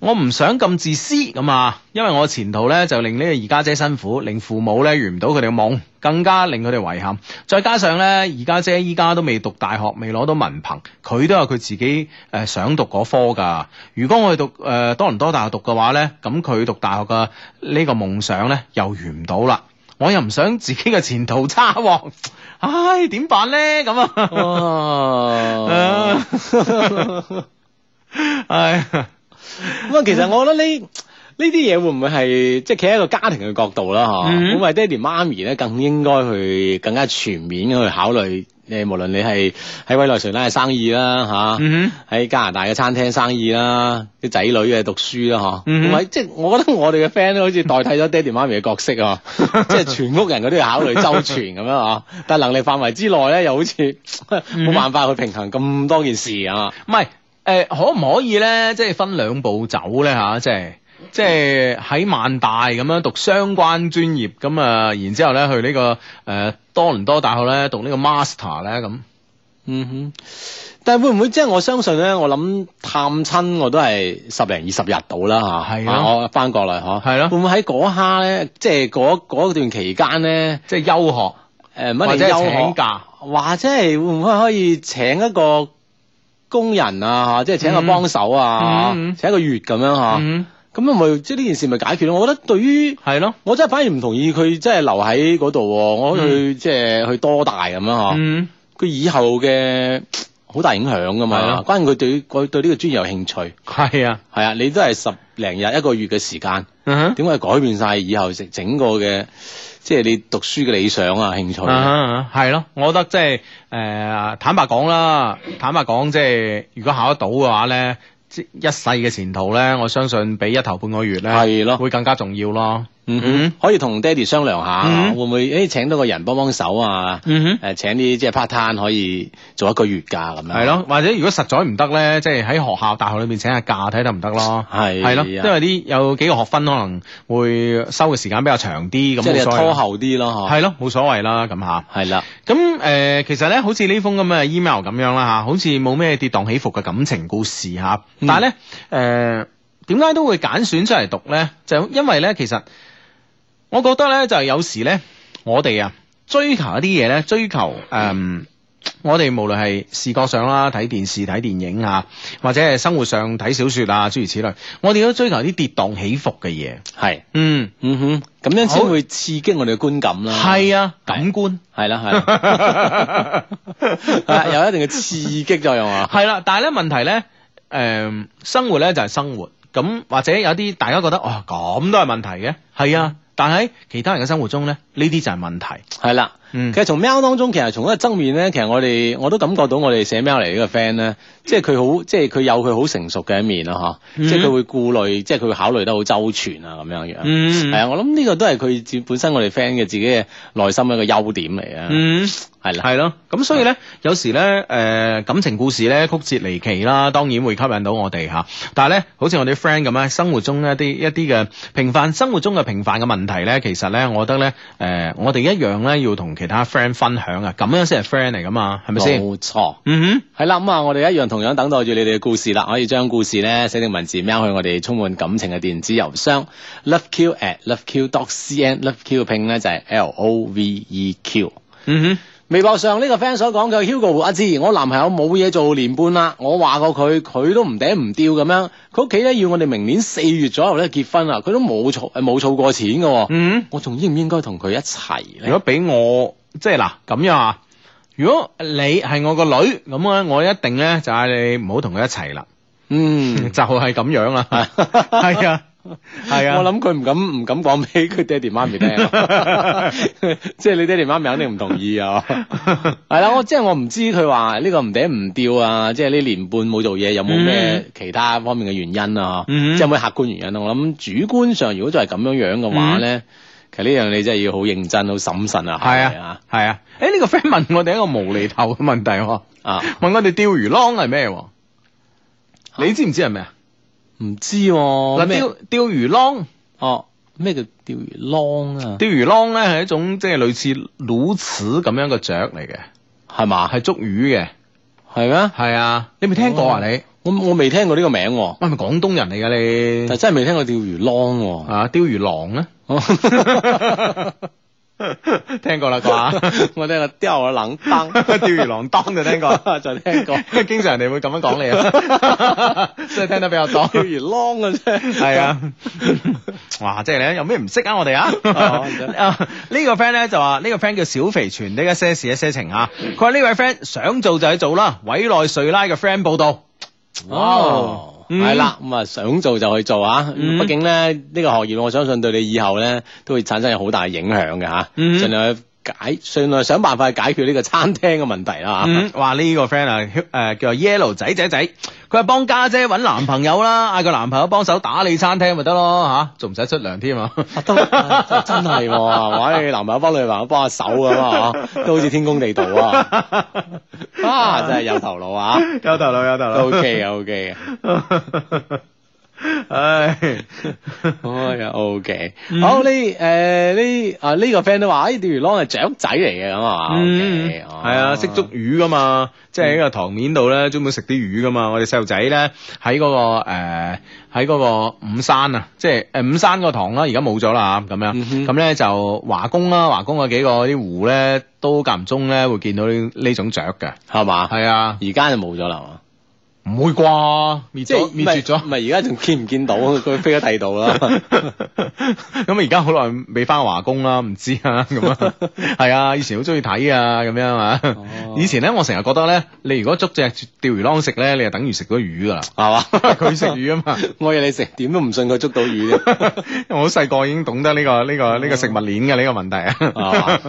A: 我唔想咁自私咁啊，因為我前途咧就令呢個二家姐辛苦，令父母咧完唔到佢哋嘅夢，更加令佢哋遺憾。再加上咧，二家姐依家都未讀大學，未攞到文憑，佢都有佢自己誒、呃想讀嗰科㗎。如果我去讀誒、呃多倫多大學讀嘅話咧，咁佢讀大學嘅呢個夢想咧又完唔到啦。我又唔想自己嘅前途差喎， [LAUGHS] 唉，點辦咧咁啊？
C: [LAUGHS] 哦
A: [LAUGHS] 啊 [LAUGHS] 唉，
C: 咁啊，其實我覺得呢呢啲嘢會唔會係即係企喺一個家庭嘅角度啦，嗬、
A: 嗯
C: 咁為爹哋媽咪咧，更應該去更加全面咁去考慮。誒，無論你係喺委內瑞拉嘅生意啦，嚇、
A: 嗯哼
C: 喺加拿大嘅餐廳生意啦，啲仔女嘅讀書啦，嗬、
A: 嗯
C: 咁咪即係我覺得我哋嘅 friend 都好似代替咗爹哋媽咪嘅角色
A: [LAUGHS]
C: 啊，即係全屋人佢都要考慮周全咁樣啊，但係能力範圍之內咧，又好似
A: 嗯哼
C: 冇辦法去平衡咁多件事啊。
A: 唔係誒，可唔可以咧？即係分兩步走咧吓、即係。即係喺萬大咁樣讀相關專業，咁啊，然之後咧去呢、個誒、呃多倫多大學咧讀呢個 master 咧咁，
C: 嗯哼，但係會唔會即係我相信咧？我諗探親我都係十零二十日到啦吓，
A: 係咯
C: 啊我翻國內嗬，
A: 係咯
C: 會唔會喺嗰刻咧，即係嗰嗰段期間咧，
A: 即係休學
C: 誒乜
A: 或
C: 你
A: 者
C: 休
A: 係
C: 學
A: 請，假，
C: 或者係會唔會可以請一個工人啊，即係請個
A: 嗯
C: 幫手啊，
A: 嗯嗯
C: 請一個月咁樣吓，
A: 嗯，
C: 咁啊咪即係呢件事咪解決咯？我覺得對於
A: 係咯，
C: 我真係反而唔同意佢即係留喺嗰度喎，我覺得佢即係去多大咁樣嗬。
A: 嗯，
C: 佢以後嘅好大影響噶
A: 係
C: 嘛
A: 咯，
C: 關鍵佢對佢對呢個專業有興趣，
A: 係啊，
C: 係啊，你都係十零日一個月嘅時間，
A: 嗯
C: 點解改變晒以後整整個嘅即係你讀書嘅理想啊、興趣
A: 哼，
C: 啊？
A: 啊哈係咯，我覺得即係誒坦白講啦，坦白講即係如果考得到嘅話咧，即一世嘅前途咧，我相信比一頭半個月咧
C: 係咯
A: 會更加重要咯，嗯
C: 嗯哼，可以同爹哋商量下，
A: 嗯
C: 會唔會誒請多個人幫幫手啊？
A: 嗯
C: 誒請啲即係 part time 可以做一個月㗎咁樣。
A: 係咯，或者如果實在唔得咧，即係喺學校、大學裏面請下假睇得唔得咯。
C: 係
A: 係咯，
C: 啊
A: 因為啲有幾個學分可能會收嘅時間比較長啲，咁
C: 即
A: 冇
C: 係你
A: 所謂
C: 拖
A: 啦。
C: 後啊啲咯，嗬。
A: 係咯，冇所謂啦，咁吓。
C: 係啦，
A: 咁誒、呃其實咧，好似呢封咁嘅 email 咁樣啦嚇，好似冇咩跌宕起伏嘅感情故事嚇，
C: 嗯
A: 但係咧呃誒點解都會揀選出嚟讀咧？就呃因為咧，其實我覺得咧，就係有時咧，我哋啊追求一啲嘢咧，追求誒。嗯我哋無論係視覺上啦，睇電視、睇電影啊，或者係生活上睇小説啊，諸如此類，我哋都追求啲跌宕起伏嘅嘢。
C: 係，
A: 嗯，
C: 嗯哼，咁樣
A: 好
C: 先會刺激我哋嘅觀感啦。
A: 係啊，感官。
C: 係啦，係啦。 [LAUGHS] 啊有一定嘅刺激作用啊！
A: 係啦，但係咧問題咧，诶、生活咧就係生活，咁或者有啲大家覺得哦 [LAUGHS] 咁都係問題嘅，係啊，但喺其他人嘅生活中咧，呢啲就係問題，
C: 係啦，
A: 嗯
C: 其實從 mail 當中，其實從一個側面咧，其實我哋我都感覺到我哋寫 mail 嚟呢個 friend 咧，即係佢好，即係佢有佢好成熟嘅一面咯，吓、
A: 嗯
C: 即係佢會顧慮，即係佢會考慮得好周全啊，咁樣樣。
A: 嗯
C: 係啊，我諗呢個都係佢自本身我哋 friend 嘅自己嘅內心一個優點嚟啊。
A: 嗯。
C: 係啦，
A: 係咯，咁所以咧，有時咧，誒、感情故事咧曲折離奇啦，當然會吸引到我哋嚇。但係咧，好似我哋 friend 咁咧，生活中一啲一啲嘅平凡生活中嘅平凡嘅問題咧，其實咧，我覺得咧，誒、我哋一樣咧要同其他 friend 分享啊，咁樣先係 friend 嚟噶嘛，係咪先？
C: 冇錯。
A: 嗯
C: 係啦，咁啊，我哋一樣同樣等待住你哋嘅故事啦，可以將故事咧寫定文字 mail 去我哋充滿感情嘅電子郵箱 loveq at loveq dot cn，loveq 拼咧就係 L O V E Q。
A: 哼，嗯
C: 微博上呢個 friend 所講嘅 Hugo 阿芝，我男朋友冇嘢做年半啦，我話過佢，佢都唔嗲唔吊咁樣，佢屋企咧要我哋明年四月左右咧結婚啊，佢都冇儲 [LAUGHS] 誒冇儲過錢嘅喎，
A: 哼，嗯，
C: 我仲應唔應該同佢一齊
A: 如果
C: 咧？
A: 俾我即係嗱咁樣啊，如果你係我個女咁咧，我一定咧就嗌你唔好同佢一齊啦，
C: 嗯 [LAUGHS]
A: 就。係咁樣啦， [LAUGHS] 係啊，係啊，
C: 我諗佢唔敢唔敢講俾佢爹哋媽
A: [LAUGHS]
C: 咪聽，即係你爹哋媽咪肯定唔同意啊！係啦，我即係我唔知佢話呢個唔嗲唔吊啊，即係呢年半冇做嘢，有冇咩
A: 嗯
C: 其他方面嘅原因啊？
A: 嗯
C: 即係有冇客觀原因啊？我諗主觀上如果就係咁樣樣嘅話咧，其實呢樣你真係要好認真、好審慎啊！
A: 嗯係啊，係啊。誒呢個 friend 問我哋一個無厘頭嘅問題喎，
C: 啊，
A: 問我哋釣魚郎係咩喎？你知唔知係咩啊？
C: 唔知喎
A: 嗱，
C: 咩
A: 釣釣魚郎，
C: 哦咩叫釣魚啷啊？
A: 釣魚郎咧係一種即係類似鸬鹚咁樣嘅雀嚟嘅，
C: 係嘛？
A: 係捉魚嘅。
C: 係咩？
A: 係啊，你未聽過啊？
C: 哦
A: 你
C: 我我未聽過呢個名喎，
A: 喂，係咪廣東人嚟㗎
C: 但
A: 你？
C: 真係未聽過釣魚啷喎。
A: 啊，釣魚郎咧， [LAUGHS] 聽過啦啩？
C: [LAUGHS] 我聽個掉我冷
A: [LAUGHS]
C: 燈，
A: 釣魚郎 [LAUGHS] 當就聽過，
C: 就聽過
A: 經常人哋會咁樣講你啊， [LAUGHS] 所以聽得比較多。
C: 釣魚啷嘅啫，
A: 係啊， [LAUGHS] 哇！即係咧，有咩唔識啊？我哋啊，
C: 哦唔得
A: [LAUGHS] 啊呢個 friend 咧就話呢個 friend 叫小肥全，呢一些事一些情啊。佢話呢位 friend 想做就去做啦，委內瑞拉嘅 friend 報道。
C: 哦，
A: 嗯
C: 係啦，咁啊想做就去做啊，
A: 嗯
C: 畢竟咧呢個行業我相信對你以後咧都會產生有好大嘅影響嘅吓，
A: 嗯
C: 盡量去解，盡量想辦法去解決呢個餐廳嘅問題啦
A: 嗯，哇！呢、個 friend 啊，誒、叫做 Yellow 仔仔仔，佢話幫家姐揾男朋友啦，嗌個男朋友幫手打理餐廳咪得咯吓，仲唔使出糧添啊？啊
C: 吓，都真係喎，哇！你男朋友幫女朋友幫下手咁啊，都好似天公地道啊，
A: [LAUGHS]
C: 啊真係有頭腦啊，
A: [LAUGHS] 有頭腦有頭
C: 都 OK 嘅 OK 嘅。
A: 嘅。 [LAUGHS] 唉，
C: 哎呀，OK，好
A: 嗯
C: 呢？誒呢啊呢個 friend 都話，誒釣魚郎係雀仔嚟嘅咁啊
A: 嗯，
C: ，OK，
A: 係啊，識捉魚噶嘛，即係喺個塘面度咧，專門食啲魚噶嘛。我哋細路仔咧喺嗰個誒喺嗰個五山啊，即係誒五山個塘啦，而家冇咗啦咁
C: 嗯
A: 樣。
C: 哼
A: 咁咧就華工啦，華工有啊幾個啲湖咧，都間唔中咧會見到呢呢種雀嘅。
C: 係嘛，
A: 係啊，
C: 而家就冇咗啦嘛，
A: 唔會啩？滅咗滅絕咗
C: 唔。係而家仲見唔見到佢飛咗第二度啦？
A: [LAUGHS] 咁而家好耐未翻華工啦，唔知啊 [LAUGHS] 咁啊，係啊，以前好中意睇啊咁樣啊。
C: 哦，
A: 以前咧，我成日覺得咧，你如果捉只釣魚郎食咧，你就等於食咗魚噶啦 [LAUGHS]
C: 係嘛，
A: 佢食魚啊嘛。
C: [LAUGHS]
A: [LAUGHS]
C: 我以為你成點都唔信佢捉到魚啫，
A: 我好細個已經懂得呢、個呢、
C: 哦
A: 個呢、個食物鏈嘅呢個問題啊
C: 啊。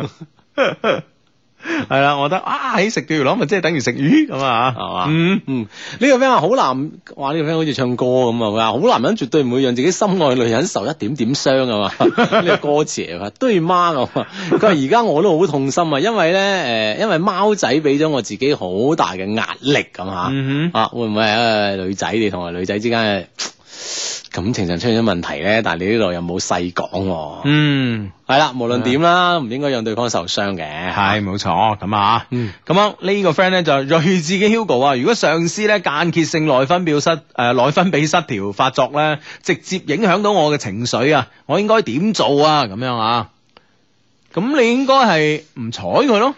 C: 哦
A: [LAUGHS] 係啦，我覺得啊，喺食釣魚郎咪即係等於食魚咁啊，
C: 係嘛？
A: 嗯，
C: 嗯，呢個 friend 話好男，哇！呢個 friend 好似唱歌咁啊，佢話好男人絕對唔會讓自己心愛嘅女人受一點點傷啊嘛， [LAUGHS] 呢個歌詞嚟㗎對媽咁啊，佢話而家我都好痛心啊，因為咧誒、呃因為貓仔俾咗我自己好大嘅壓力咁嚇，
A: 嗯
C: 啊會唔會係一個女仔你同埋女仔之間嘅感情上出現咗問題咧？但係你呢度又冇細講喎，
A: 嗯。
C: 係啦、無論點啦，唔應該讓對方受傷嘅，
A: 係冇錯，咁啊，
C: 嗯
A: 咁樣呢個 friend 咧就睿智嘅 Hugo 啊，如果上司咧間歇性內分泌失誒、呃、內分泌失調發作咧，直接影響到我嘅情緒啊，我應該點做啊？咁樣啊，咁你應該係唔睬佢咯，